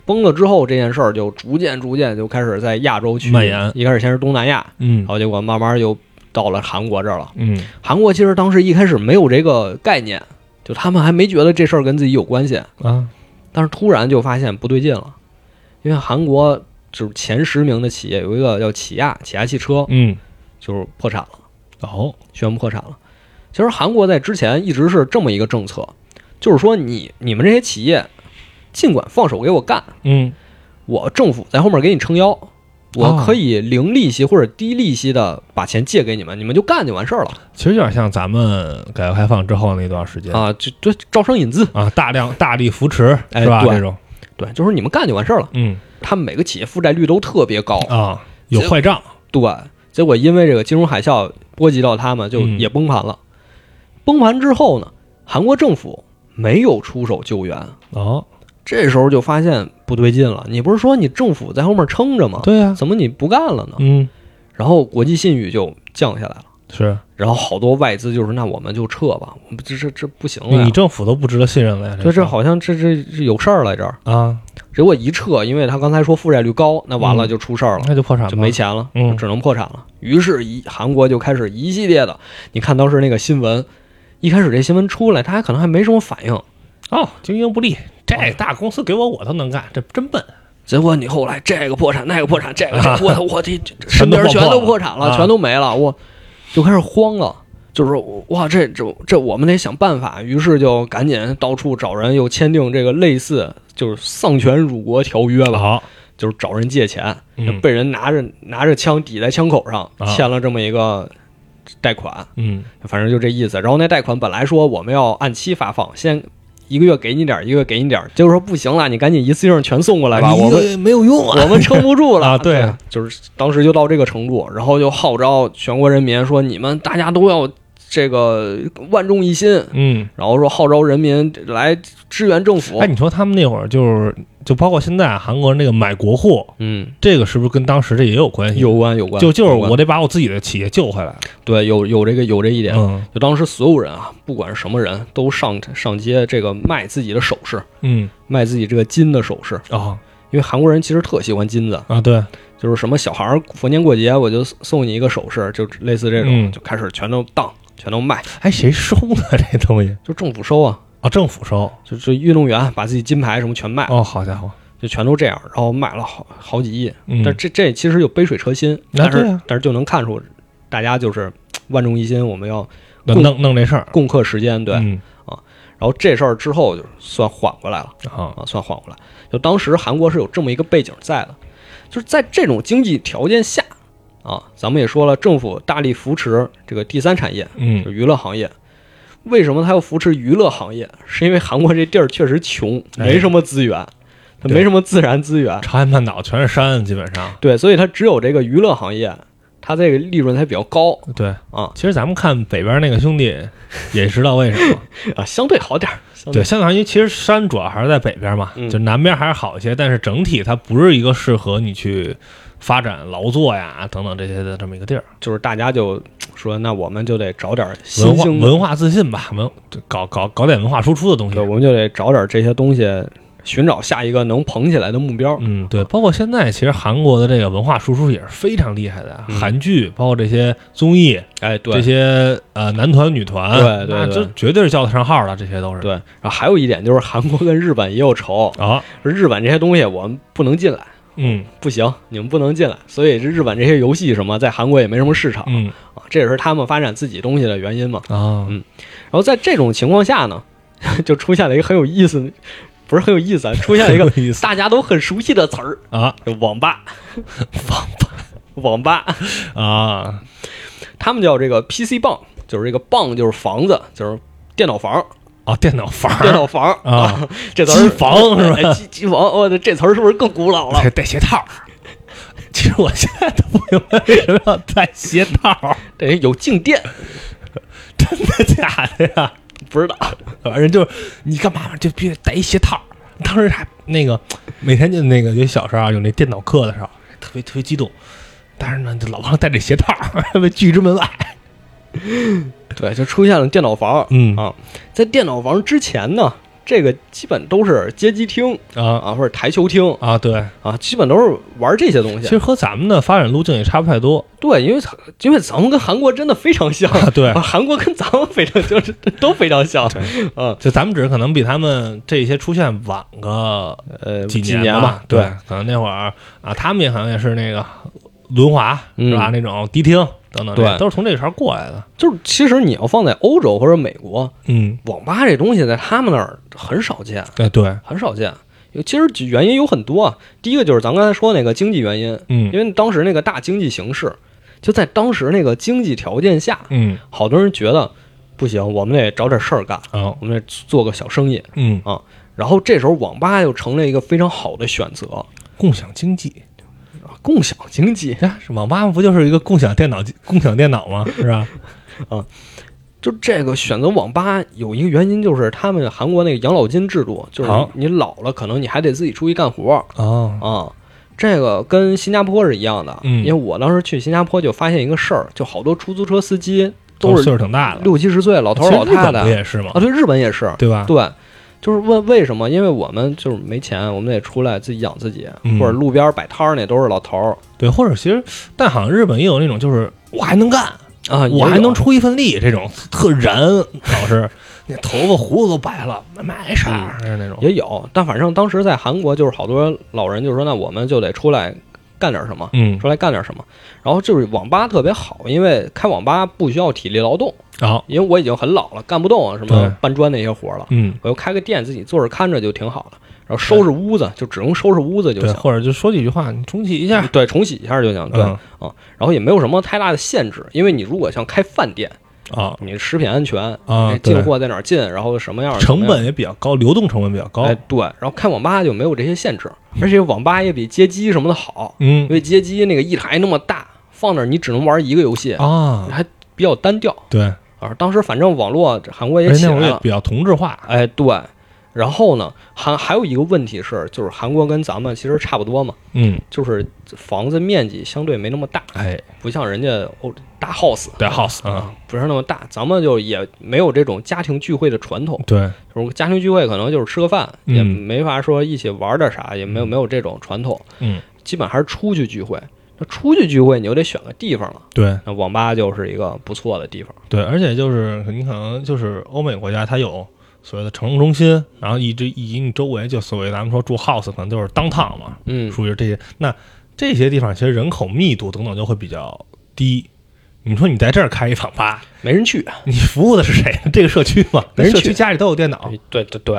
崩了之后，这件事儿就逐渐逐渐就开始在亚洲区
蔓延
一开始先是东南亚，
嗯
然后结果慢慢又到了韩国这儿了。
嗯
韩国其实当时一开始没有这个概念，就他们还没觉得这事儿跟自己有关系，
啊，
但是突然就发现不对劲了，因为韩国就是前十名的企业有一个叫起亚，起亚汽车
嗯，
就是破产了。
哦，
宣布破产了。其实韩国在之前一直是这么一个政策，就是说你你们这些企业，尽管放手给我干，
嗯
我政府在后面给你撑腰，我可以零利息或者低利息的把钱借给你们，你们就干就完事儿了
其实有点像咱们改革开放之后那段时间
啊！就就招商引资，
啊大量大力扶持
哎
是吧？
对
这种，
对，就是你们干就完事儿了。
嗯
他们每个企业负债率都特别高，
啊，有坏账，
对，结果因为这个金融海啸波及到他们，就
嗯
也崩盘了。崩盘之后呢，韩国政府没有出手救援，
哦，
这时候就发现不对劲了。你不是说你政府在后面撑着吗？
对啊呀，
怎么你不干了呢？
嗯，
然后国际信誉就降下来了，
是
然后好多外资就是那我们就撤吧，我们这这这不行了
你
呀。
政府都不值得信任了呀，
就
事
这
儿
好像这这这有事儿来这儿，
啊，
结果一撤，因为他刚才说负债率高，那完了
嗯
就出事儿了，
那就破产吧
就没，钱了，
嗯
只能破产了。于是一，韩国就开始一系列的，你看当时那个新闻，一开始这新闻出来，大家可能还没什么反应，
哦，经营不力，这大公司给我我都能干，这真笨，
结果你后来这个破产，那个破产，这个这个我我这这身边啊全
全
都
都
破
破
产
产
了，啊
了
全都没了，我就开始慌了。就是说哇，这这这我们得想办法，于是就赶紧到处找人，又签订这个类似就是丧权辱国条约吧，
好，
就是找人借钱，
嗯
被人拿着拿着枪抵在枪口上，
啊
签了这么一个贷款，
嗯
反正就这意思。然后那贷款本来说我们要按期发放，先一个月给你点儿，一个月给你点儿，结果说不行了，你赶紧一次性全送过来吧，
你一
我
个
们
也没有用啊，
我们撑不住了
啊对，
就是当时就到这个程度，然后就号召全国人民说，你们大家都要这个万众一心，
嗯。
然后说号召人民来支援政府
哎，。你说他们那会儿就是，就包括现在啊韩国人那个买国货，
嗯，
这个是不是跟当时这也有关系？，
有关有关，
就就是
有关
我得把我自己的企业救回来。
对有有这个有这一点。
嗯
就当时所有人啊，不管是什么人都上上街，这个卖自己的首饰，
嗯
卖自己这个金的首饰，
哦
因为韩国人其实特喜欢金子，
啊对，
就是什么小孩儿逢年过节我就送你一个首饰，就类似这种，
嗯
就开始全都当，全都卖，
哎，谁收的这东西？
就政府收啊，
啊，政府收。
就这运动员啊把自己金牌什么全卖，
哦，好家伙，
就全都这样，然后卖了好好几亿。
嗯，
但这这其实有杯水车薪，
那
但是、
对啊
但是就能看出大家就是嘖万众一心，我们要
那弄弄这事儿，
共克时艰，对。
嗯
然后这事儿之后就算缓过来了
啊，
啊，算缓过来。就当时韩国是有这么一个背景在的，就是在这种经济条件下啊，咱们也说了，政府大力扶持这个第三产业，就
嗯，
是娱乐行业。为什么他要扶持娱乐行业？是因为韩国这地儿确实穷，
哎
没什么资源，它
对
没什么自然资源，
朝鲜半岛全是山，基本上。
对，所以它只有这个娱乐行业，它这个利润才比较高
对
啊
其实咱们看北边那个兄弟，也知道为什么
啊，相对好点儿，相
对，相当于其实山主要还是在北边嘛，
嗯
就南边还是好一些，但是整体它不是一个适合你去发展劳作呀等等这些的这么一个地儿。
就是大家就说，那我们就得找点新
文化
兴的，
文化自信吧，文搞搞搞点文化输出的东西
对，。我们就得找点这些东西，寻找下一个能捧起来的目标。
嗯，对，包括现在其实韩国的这个文化输出也是非常厉害的啊，
嗯
韩剧包括这些综艺，
哎，对
这，些呃男团女团，
对对
那
对
这绝对是叫得上号了，这些都是。
对，然后还有一点就是韩国跟日本也有仇，
啊，
日本这些东西我们不能进来，
嗯
不行，你们不能进来，所以这日本这些游戏什么在韩国也没什么市场
嗯
啊，这也是他们发展自己东西的原因嘛。
啊
嗯然后在这种情况下呢， 就出现了一个很有意思，不是很有意思啊，出现了一个
意思
大家都很熟悉的词儿，
啊
就网吧， 网吧，网吧，
啊
他们叫这个 PC 棒，就是这个棒就是房子，就是电脑房，
哦，电脑房
电脑房
啊，
这
机
词儿
房是吧？
哎机机房，我的这词儿是不是更古老 了？
得带鞋套。其实我现在都不明白为什么要带鞋套，
对，有静电，
真的假的呀？
不知道。
反正就是你干嘛就必须带一鞋套。当时还那个每天就那个有小时候啊有那电脑课的时候，特别特别激动，但是呢就老忘了带这鞋套， 被拒之门外。
对，就出现了电脑房。
嗯
啊，在电脑房之前呢，这个基本都是街机厅
啊
啊，或者台球厅
啊，对，
啊，基本都是玩这些东
其
西。
实和咱们的发展路径也差不太多。
对，因为咱因为咱们跟韩国真的非常像，
啊对
啊韩国跟咱们非常就是都非常像。嗯，
就咱们只是可能比他们这些出现晚个
呃，
几
几
年
年
吧，
对，
可能那会儿啊，他们也好像也是那个轮滑是吧？
嗯
那种迪厅等等，
对
都是从这个时候过来的。
就是其实你要放在欧洲或者美国，
嗯，
网吧这东西在他们那儿很少见，
哎对，
很少见。有其实原因有很多啊，第一个就是咱刚才说那个经济原因，
嗯
因为当时那个大经济形势，就在当时那个经济条件下，
嗯
好多人觉得不行，我们得找点事儿干，
啊
我们得做个小生意。啊
嗯，
然后这时候网吧又成了一个非常好的选择，
共享经济，哎
啊共享经济。
呀，网吧不就是一个共享电脑机、共享电脑吗？是吧？
就这个选择网吧有一个原因就是他们韩国那个养老金制度，就是
好
你老了可能你还得自己出去干活儿
哦，
啊。这个跟新加坡是一样的，
嗯
因为我当时去新加坡就发现一个事儿，就好多出租车司机
都
都
岁
是
数挺大的，
六七十岁老头儿老
哦其实日
太
本不
太
也是吗
啊，？对，日本也是，
对吧？
对，就是问为什么？因为我们就是没钱，我们得出来自己养自己，
嗯
或者路边摆摊儿那都是老头儿
对，或者其实，但好像日本也有那种就是我还能干，
啊，
我还
也有
能出一份力，这种特燃，老嗯是那头发胡子都白了，没没事儿，是那种。
也有，但反正当时在韩国就是好多老人就说，那我们就得出来干点什么，
嗯，
出来干点什么。然后就是网吧特别好，因为开网吧不需要体力劳动，
然后
因为我已经很老了，干不动啊什
对
么搬砖那些活儿了，
嗯，
我就开个店，自己坐着看着就挺好了。然后收拾屋子，就只用收拾屋子就
对，
行。
或者就说几句话，你重启一下，
对，重洗一下就行。对，
嗯
然后也没有什么太大的限制，因为你如果像开饭店，
啊
你食品安全，
啊
你，
对
哎进货在哪儿进，然后什么样儿
成。
什么样
本也比较高，流动成本比较高
哎，，对，然后开网吧就没有这些限制，而且网吧也比街机什么的好，因
嗯
为街机那个一台那么大，放那儿你只能玩一个游戏，
啊，
还比较单调
对，
啊。当时反正网络这韩国也
而
起
哎且那
来
会儿也
了，
比较同质化，
哎，对。然后呢，还还有一个问题是，就是韩国跟咱们其实差不多嘛，
嗯，
就是房子面积相对没那么大，
哎，
不像人家欧大 house，
对 house 啊，，
不是那么大，咱们就也没有这种家庭聚会的传统，
嗯对，
就是家庭聚会可能就是吃个饭，
嗯
也没法说一起玩点啥，也没有没有这种传统，
嗯，
基本还是出去聚会。那出去聚会你就得选个地方了，
对
那网吧就是一个不错的地方。
对，而且就是你可能就是欧美国家它有。所谓的城市中心，然后以及以及你周围就所谓咱们说住 house 可能就是 downtown 嘛，
嗯，
属于这些。那这些地方其实人口密度等等就会比较低。你说你在这儿开一网吧，
没人去，
你服务的是谁？这个社区嘛，
没人
社
去
区家里都有电脑，
对对对，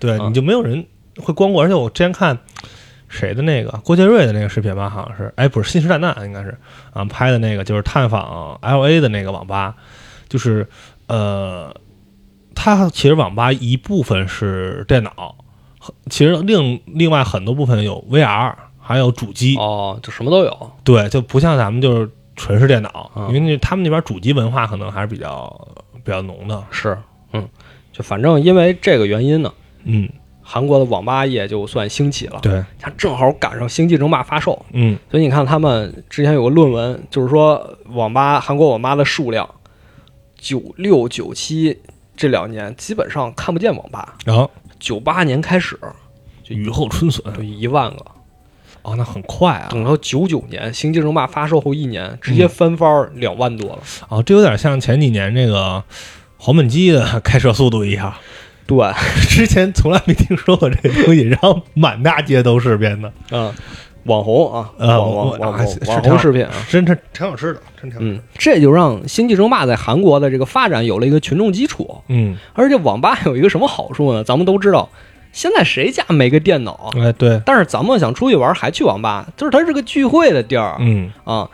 对，
啊
你就没有人会光顾。而且我之前看谁的那个郭杰瑞的那个视频吧，好像是，哎，不是《信誓旦旦》，应该是啊拍的那个，就是探访 L A 的那个网吧，就是呃，它其实网吧一部分是电脑，其实另另外很多部分有 V R，还有主机，
哦，就什么都有。
对，就不像咱们就是纯是电脑，
嗯
因为那他们那边主机文化可能还是比较比较浓的。
是，嗯，就反正因为这个原因呢，
嗯，
韩国的网吧业就算兴起了。
对，
它正好赶上《星际争霸》发售，
嗯
所以你看他们之前有个论文，就是说网吧韩国网吧的数量，九六九七这两年基本上看不见网吧，
然后
九八年开始
就雨后春笋
就一万个，
哦，那很快啊！
等到九九年《星际争霸》发售后一年，直接翻番儿两万多了。
哦，这有点像前几年那个黄焖鸡的 开车速度一样，
对，
之前从来没听说过这个东西，然后满大街都是变的，
嗯，网红啊，
呃
网网
我
网
啊
红
是
网
这
红
样
视频啊，
真是挺好吃的，真挺好吃。
嗯，这就让《星际争霸》在韩国的这个发展有了一个群众基础。
嗯，
而且网吧有一个什么好处呢？咱们都知道，现在谁家没个电脑啊？
哎，对，
但是咱们想出去玩还去网吧，就是它是个聚会的地儿
嗯，
啊。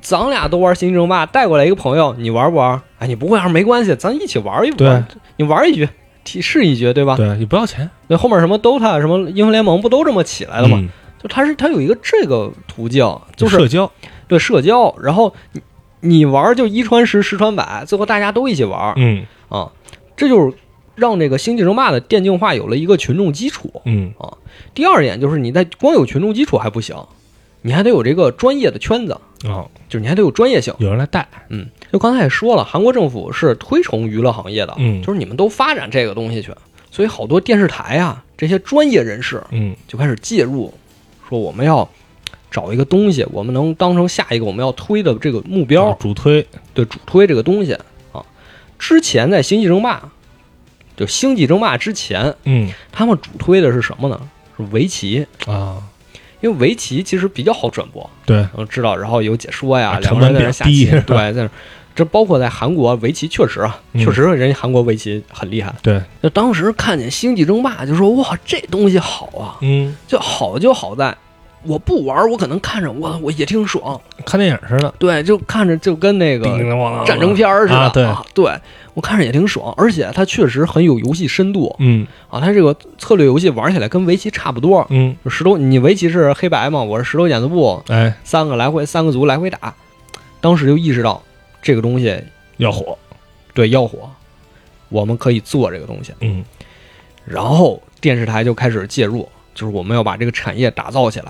咱俩都玩《星际争霸》，带过来一个朋友，你玩不玩？哎，你不会玩没关系，咱一起玩一
对
玩。你玩一局，提示一局，对吧？
对，也不要钱
那后面什么 DOTA、什么英雄联盟不都这么起来了吗？
嗯
就它是它有一个这个途径，就是啊
社交，
对社交，然后你你玩就一传十，十传百，最后大家都一起玩、
嗯
啊，这就是让这个《星际争霸》的电竞化有了一个群众基础。
嗯，
第二点就是你在光有群众基础还不行，你还得有这个专业的圈子，
哦，
就是你还得有专业性。
有人来带，
嗯，就刚才也说了，韩国政府是推崇娱乐行业的，
嗯
就是你们都发展这个东西去，所以好多电视台啊，这些专业人士
嗯
就开始介入，说我们要找一个东西，我们能当成下一个我们要推的这个目标，
哦主推，
对，主推这个东西啊。之前在《星际争霸》，啊就《星际争霸》之前，
嗯
他们主推的是什么呢？是围棋。
啊，
因为围棋其实比较好转播，
对，
嗯，知道，然后有解说呀，
啊
两
成
个
本
人在那儿下
比
棋
较低，
对，在那儿这包括在韩国围棋确实啊，
嗯
确实人家韩国围棋很厉害。
对，
那当时看见《星际争霸》就说哇，这东西好啊，
嗯，
就好就好在我不玩儿，我可能看着我我也挺爽，
看电影似的，
对，就看着就跟那
叮叮
个
当咣当
战争，片儿似的，
啊对
对我看着也挺爽，而且它确实很有游戏深度
嗯
啊，它这个策略游戏玩起来跟围棋差不多。
嗯，
石头，你围棋是黑白嘛？我是石头剪子布，
哎，
三个来回三个族来回打，当时就意识到这个东西
要火，
对要火，我们可以做这个东西。
嗯
然后电视台就开始介入，就是我们要把这个产业打造起来，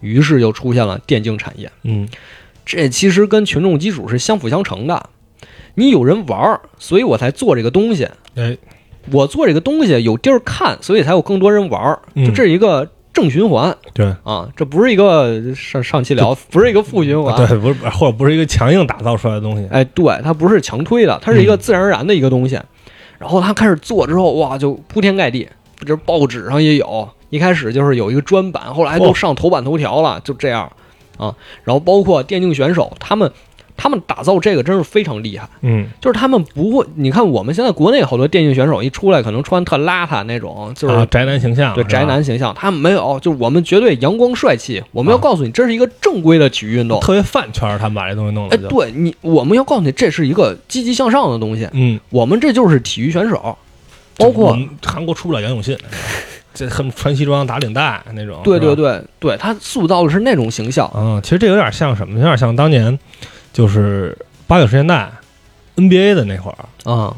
于是就出现了电竞产业。
嗯，
这其实跟群众基础是相辅相成的，你有人玩儿，所以我才做这个东西。
哎，
我做这个东西有地儿看，所以才有更多人玩儿，
嗯
就这是一个正循环
对。
啊！这不是一个上上期聊，不是一个负循环，
对，不是或者不是一个强硬打造出来的东 西，
哎，对，它不是强推的，它是一
嗯
个自然而然的一个东西。然后他开始做之后，哇，就铺天盖地，这报纸上也有。一开始就是有一个专版，后来都
哦
上头版头条了，就这样啊。然后包括电竞选手，他们他们打造这个真是非常厉害，
嗯，
就是他们不会，你看我们现在国内好多电竞选手一出来，可能穿特邋遢那种，就是、
啊，宅男形象，
对
是吧
宅男形象，他们没有，就是我们绝对阳光帅气，我们要
啊
告诉你，这是一个正规的体育运动。
特别饭圈儿，他们把这东西弄
哎，
的就，
对你，我们要告诉你，这是一个积极向上的东西。
嗯，
我们这就是体育选手，包
我
括
们韩国出不了杨永信，这恨不得穿西装打领带那种，是
对
吧
对对对，他塑造的是那种形象。
嗯，其实这有点像什么？有点像当年就是八九十年代 NBA 的那会儿，
啊，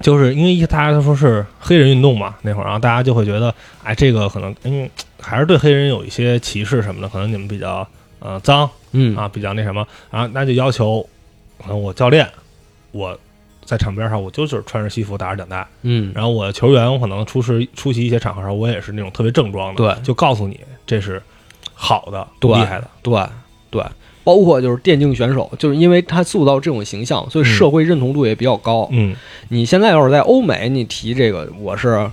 就是因为一大家都说是黑人运动嘛，那会儿，然后大家就会觉得，哎，这个可能嗯还是对黑人有一些歧视什么的，可能你们比较呃脏
嗯
啊，比较那什么，然后那就要求，可能我教练我。在场边上，我就是穿着西服，打着领带。
嗯，
然后我的球员，我可能出示出席一些场合上，我也是那种特别正装的，
对
就告诉你这是好的，
对
厉害的，
对对，包括就是电竞选手，就是因为他塑造这种形象，所以社会认同度也比较高。
嗯
你现在要是在欧美，你提这个我是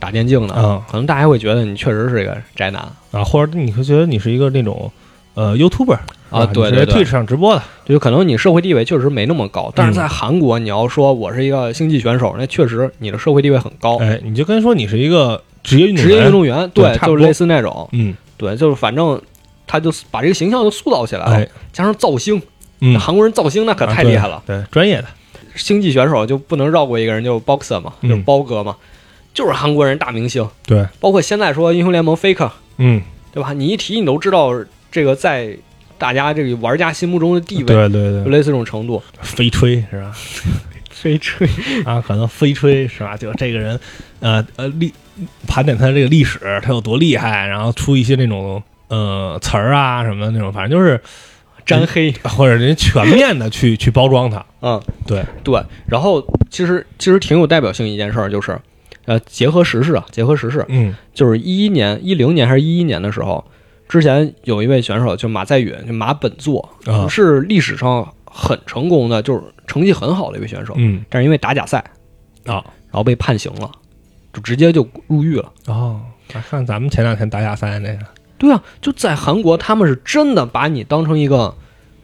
打电竞的，
嗯
可能大家会觉得你确实是一个宅男
啊，或者你会觉得你是一个那种呃 YouTuber
啊。
是吧
对
你是在
对对
Twitch，上直播的，
就可能你社会地位确实没那么高，但是
嗯
在韩国，你要说我是一个星际选手，那确实你的社会地位很高。
哎，你就跟说你是一个职业运动
哦职业运
员，
动员，
对
对，
差不
就是
多
类似那种，
嗯，
对，就是反正他就把这个形象就塑造起来了
哎，，
加上造星，
嗯，
韩国人造星那可
啊
太厉害了，，
对，对专业的，
星际选手就不能绕过一个人，就是 Boxer 嘛，就是
嗯
包哥嘛，就是韩国人大明星，
对，
包括现在说英雄联盟 Faker，
嗯，
对吧？你一提你都知道这个在大家这个玩家心目中的地位，
对对
就
对，
类似这种程度，
飞吹是吧？
飞吹，
啊，可能飞吹是吧？就这个人，呃呃历盘点他这个历史，他有多厉害，然后出一些那种呃词儿啊什么的那种，反正就是
沾黑，
或者人全面的去去包装他。
嗯，
对
对。然后其实其实挺有代表性一件事儿就是，呃，结合时事啊，结合时事，
嗯
就是一一年、一零年还是一一年的时候，之前有一位选手就马在允，就马本座，
啊
是历史上很成功的，就是成绩很好的一位选手，
嗯
但是因为打假赛，
啊
然后被判刑了，就直接就入狱了。
哦，啊看咱们前两天打假赛那个，
对啊，就在韩国，他们是真的把你当成一个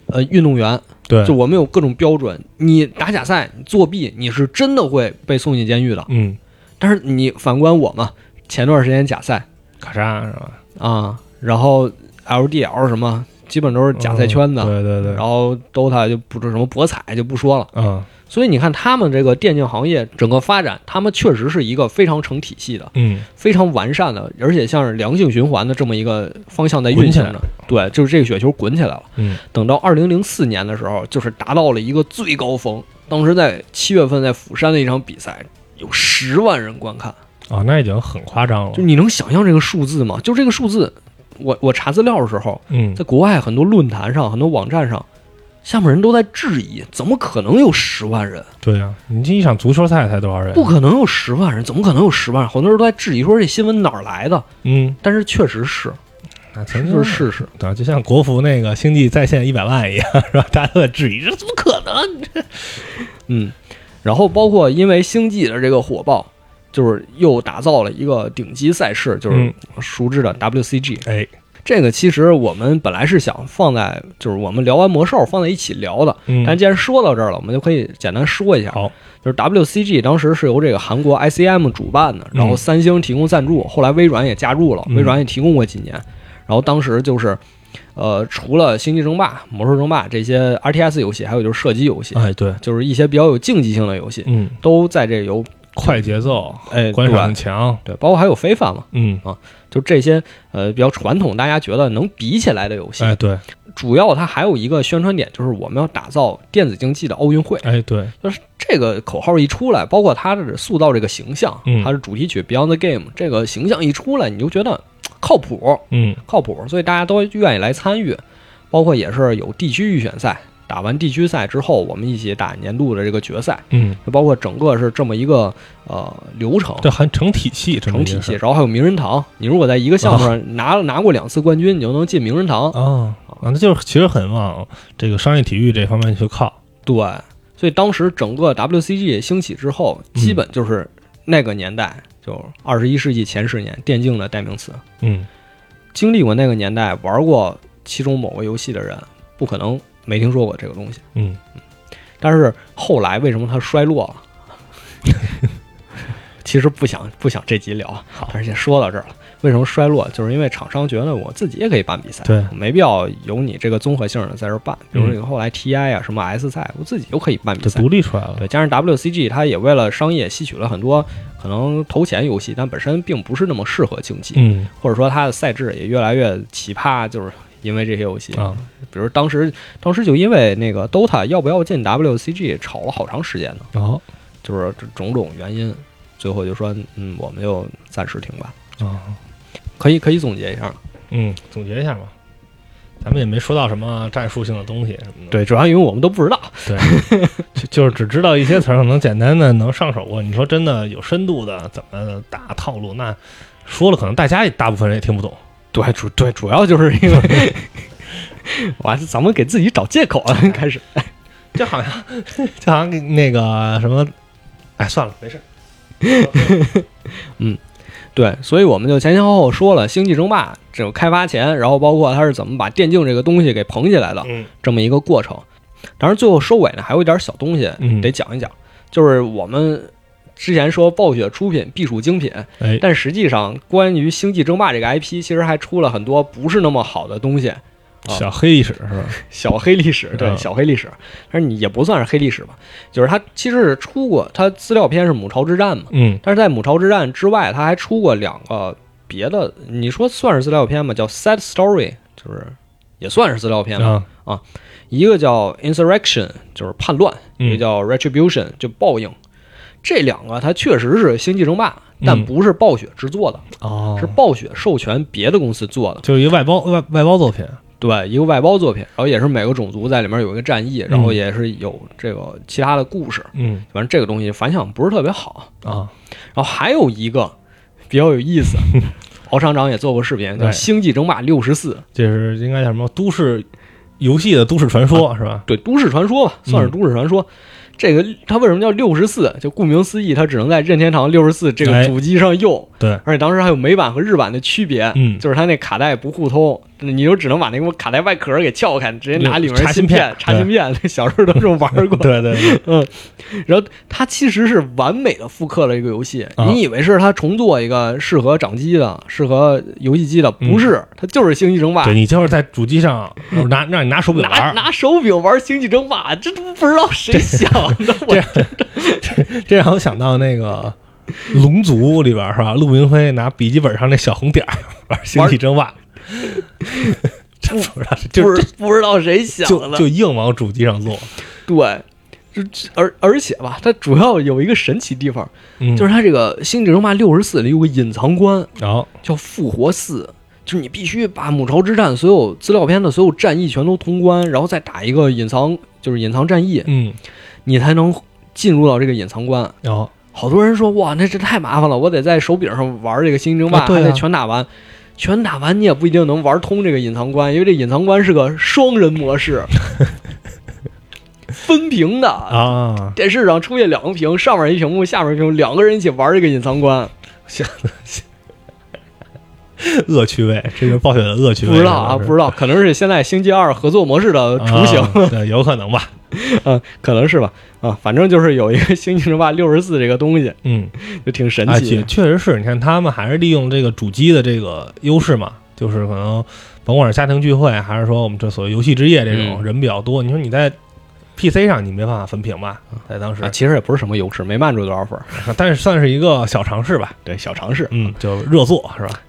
呃运动员，
对
就我们有各种标准，你打假赛、你作弊，你是真的会被送进监狱的。
嗯，
但是你反观我嘛，前段时间假赛
卡莎是吧？
啊，然后 LDL 什么，基本都是假赛圈的。
嗯对对对，
然后 DOTA 就不说什么博彩就不说了，
嗯
所以你看他们这个电竞行业整个发展，他们确实是一个非常成体系的、
嗯
非常完善的，而且像是良性循环的这么一个方向在
滚
运行
起
着。对，就是这个雪球滚起来了。
嗯
等到二零零四年的时候，就是达到了一个最高峰。当时在七月份在釜山的一场比赛，有十万人观看，
哦，那已经很夸张了
就。你能想象这个数字吗？就这个数字，我我查资料的时候，
嗯
在国外很多论坛上、很多网站上，下面人都在质疑：怎么可能有十万人？
对啊，你这一场足球赛才多少人？
不可能有十万人，怎么可能有十万人？很多人都在质疑说这新闻哪儿来的？
嗯，
但是确实是，
那曾经
就是事实。
对，就像国服那个星际在线一百万一样， 是吧？大家都在质疑，这怎么可能？
嗯，然后包括因为星际的这个火爆，就是又打造了一个顶级赛事，就是
嗯
熟知的 WCG。
哎，
这个其实我们本来是想放在，就是我们聊完魔兽放在一起聊的，
嗯
但既然说到这儿了，我们就可以简单说一下。
好，
就是 WCG 当时是由这个韩国 ICM 主办的，然后
嗯
三星提供赞助，后来微软也加入了，
嗯
微软也提供过几年。然后当时就是，呃，除了星际争霸、魔兽争霸这些 RTS 游戏，还有就是射击游戏，
哎，对，
就是一些比较有竞技性的游戏，
嗯，
都在这由
快节奏，
哎
观赏
对
性强，
对，包括还有非法嘛，
嗯，
就这些呃比较传统，大家觉得能比起来的游戏，
哎，对，
主要它还有一个宣传点，就是我们要打造电子竞技的奥运会。
哎，对，
就是这个口号一出来，包括它的塑造这个形象，
嗯
它的主题曲《Beyond the Game》这个形象一出来，你就觉得嘖靠谱，
嗯，
靠谱，所以大家都愿意来参与。包括也是有地区预选赛，打完地区赛之后，我们一起打年度的这个决赛，
嗯，
就包括整个是这么一个呃流程。
这还成体系，这么
成
一
体
个
系，
事
然后还有名人堂。你如果在一个项目上拿、拿过两次冠军，你就能进名人堂。
啊，啊，那就是其实很往这个商业体育这方面去靠，
对，所以当时整个 WCG 兴起之后，
嗯
基本就是那个年代，就二十一世纪前十年电竞的代名词。
嗯，
经历过那个年代，玩过其中某个游戏的人，不可能没听说过这个东西。
嗯，
但是后来为什么它衰落了？其实不想不想这集聊，而且说到这儿了，为什么衰落？就是因为厂商觉得我自己也可以办比赛，
对，
没必要有你这个综合性的在这儿办。比如
嗯
你后来 TI 啊，什么 S 赛，我自己就可以办比
就
赛
独。立出来了，
对，加上 WCG，它也为了商业吸取了很多可能投钱游戏，但本身并不是那么适合竞技，
嗯，
或者说它的赛制也越来越奇葩，就是因为这些游戏。
啊，
比如当时，当时就因为那个 DOTA 要不要进 WCG 吵了好长时间呢，
然后
就是这种种原因，最后就说，嗯，我们就暂时停吧。
啊，
可以可以总结一下，
嗯，总结一下吧。咱们也没说到什么战术性的东西什么的，
对，主要因为我们都不知道，
就就是只知道一些词儿，可能简单的能上手过。你说真的有深度的，怎么大套路？那说了，可能大家也大部分人也听不懂。
对主对主要就是因为， 完咱们给自己找借口啊，开始，
就好像 就好像给那个什么，哎，算了，没事。
对，所以我们就前前后后说了《星际争霸》这种开发前，然后包括它是怎么把电竞这个东西给捧起来的
嗯
这么一个过程。当然，最后收尾呢，还有一点小东西
嗯
得讲一讲，就是我们之前说暴雪出品必属精品，
哎，
但实际上关于《星际争霸》这个 IP，其实还出了很多不是那么好的东西，
小黑历史是吧？
小黑历史，对，
嗯
小黑历史，但是你也不算是黑历史吧，就是它其实是出过，它资料片是《母巢之战》嘛。
嗯，
但是在母巢之战之外，他还出过两个别的，你说算是资料片吗？叫《Sad Story》，就是也算是资料片吧。
啊，
一个叫 insurrection，就是叛乱；
嗯
一个叫 retribution，就报应。这两个它确实是《星际争霸》，但
嗯
不是暴雪制作的，
哦
是暴雪授权别的公司做的。
就是一外包外外包作品，
对，一个外包作品，然后也是每个种族在里面有一个战役，然后也是有这个其他的故事。
嗯
反正这个东西反响不是特别好。
啊，
然后还有一个比较有 意思，敖厂长也做过视频，叫
哎
《星际争霸六十四》，
这是应该叫什么都市游戏的都市传说是吧？
对，都市传说吧，算是都市传
嗯
说。这个它为什么叫六十四？就顾名思义，它只能在任天堂六十四这个
哎
主机上用。
对，
而且当时还有美版和日版的区别，
嗯
就是它那卡带不互通，你就只能把那个卡带外壳给撬开，直接拿里面的
插芯
片
片
插芯片。那 小时候都这么玩 过。
对对对，
然后它其实是完美的复刻了一个游戏，
啊
你以为是它重做一个适合掌机的、适合游戏机的，不是，它就是《星际争霸
嗯对》。你就是在主机上拿让你拿手柄玩
拿
儿，
拿手柄玩《星际争霸》，这都不知道谁 想的。我
这让我想到那个《龙族》里边儿是吧？陆明辉拿笔记本上那小红点儿 玩《星际争霸》， 真不知道是，就
不
是
知不知道谁想
就
的
就。硬往主机上做，
对，这这而而且吧，它主要有一个神奇地方，
嗯
就是它这个《星际争霸六十四》里有个隐藏关
然后
叫复活四。就是你必须把母巢之战所有资料片的所有战役全都通关，然后再打一个隐藏，就是隐藏战役，
嗯，
你才能进入到这个隐藏关。
然后
好多人说哇，那这太麻烦了，我得在手柄上玩这个《星际争霸》
啊对啊
还得全打完。全打完你也不一定能玩通这个隐藏关，因为这隐藏关是个双人模 式，分屏的。
啊，
电视上出现两个屏，上面一屏幕，下面一屏幕，两个人一起玩这个隐藏关，
恶趣味，这就是暴雪的恶趣味，
不知道啊，不
道
知道，可能是现在《星际二》合作模式的雏形，
啊对，有可能吧，
嗯，可能是吧，啊，反正就是有一个《星际争霸六十四》这个东西，
嗯，
就挺神
而
奇
且
的。
确实是你看他们还是利用这个主机的这个优势嘛，就是可能甭管是家庭聚会，还是说我们这所谓游戏之夜这种
嗯
人比较多，你说你在 PC 上你没办法分屏吧，在当时
啊，，其实也不是什么优势，没慢住多少分儿，
但是算是一个小尝试吧，
对，小尝试。
嗯，就热做是吧？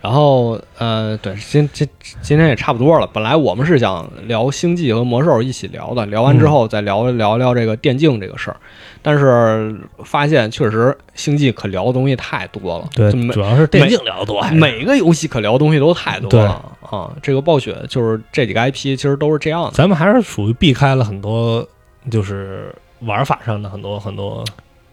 然后呃，对，今今今天也差不多了。本来我们是想聊星际和魔兽一起聊的，聊完之后再聊聊聊这个电竞这个事儿。但是发现确实星际可聊的东西太多了，
对
就，每哎
主要是电竞聊得多，还是
每个游戏可聊的东西都太多了啊。这个暴雪就是这几个 IP 其实都是这样的，
咱们还是属于避开了很多就是玩法上的很多很多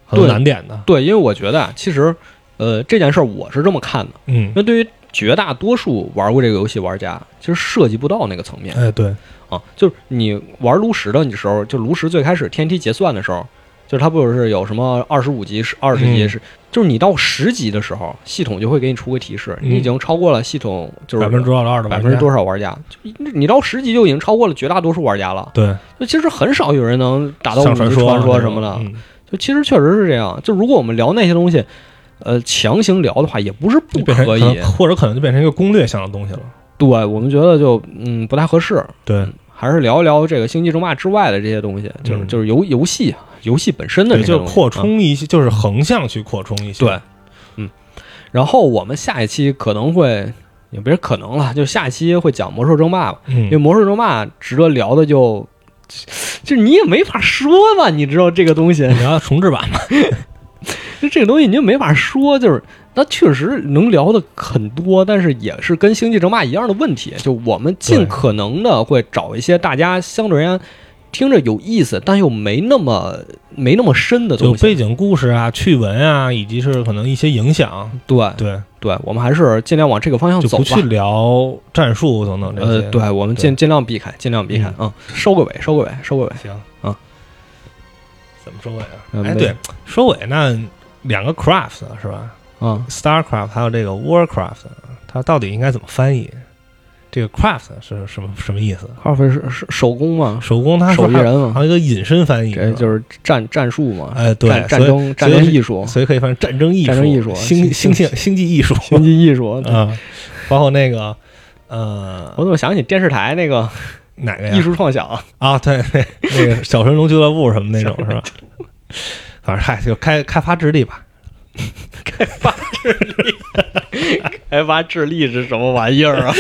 很多
对
难点的，
对，因为我觉得啊，其实呃这件事儿我是这么看的，
嗯
因，为对于绝大多数玩过这个游戏玩家，其实涉及不到那个层面。
哎，对，
啊，就是你玩炉石的你时候，就炉石最开始天梯结算的时候，就是它不是有什么二十五级、是二十级
嗯
是，就是你到十级的时候，系统就会给你出个提示，你已
嗯
经超过了系统就是
百分之多少二的
百
玩
分之
家
多少玩家，就你你到十级就已经超过了绝大多数玩家了。
对，
就其实很少有人能打到五
像
级传
传说啊
说
这
什么
种
的，
嗯
就其实确实是这样。就如果我们聊那些东西，呃，强行聊的话，也不是不
就变成
可
能
以。
或者可能就变成一个攻略性的东西了。
对我们觉得就嗯不太合适，
对，
还是聊一聊这个《星际争霸》之外的这些东西，就是、
嗯
就是游游戏啊游戏本身的
对，
这些
就
东西
扩、
啊
充一些，就是横向去扩充一些。
对，嗯。然后我们下一期可能会也不是可能了，就下一期会讲《魔兽争霸》吧，因为《
嗯，
魔兽争霸》值得聊的就就你也没法说吧，你知道这个东西，
你要重置版 嘛？
就这个东西你就没法说，就是它确实能聊的很多，但是也是跟《星际争霸》一样的问题，就我们尽
对
可能的会找一些大家相对而言听着有意思，但又没那么没那么深的
就
东西。
背景故事啊、趣闻啊，以及是可能一些影响。
对
对，
对，我们还是尽量往这个方向
就
嗯走
不去
吧。
聊战术等等这
呃，
些。
对，我们尽尽量避开，尽量避开啊、嗯收个尾，收个尾，收个尾。
行
啊，
怎么收尾啊
嗯？
哎，
没
对，收尾那两个 craft 是吧
啊、
？Starcraft 还有这个 Warcraft，它到底应该怎么翻译？这个 craft 是什么什么意思？
哈尔菲是是手工嘛，
手工它
手
说
艺
还
人嘛，
还有一个引申翻译，
这
是吧
就是战战术嘛，
哎对，
战战
所以
争
所
战
以
争
是
艺术，
所以可以翻成战争艺术、
战争艺术
星星
星
星星际艺术
经济艺术。对
啊，包括那个呃
我怎么想起电视台那个
哪哎个呀
艺术创想？
啊，对对，那个小神龙俱乐部什么那种是 吧？反正嗨，就开开发智力吧，
哎开发智力，开发智力是什么玩意儿啊？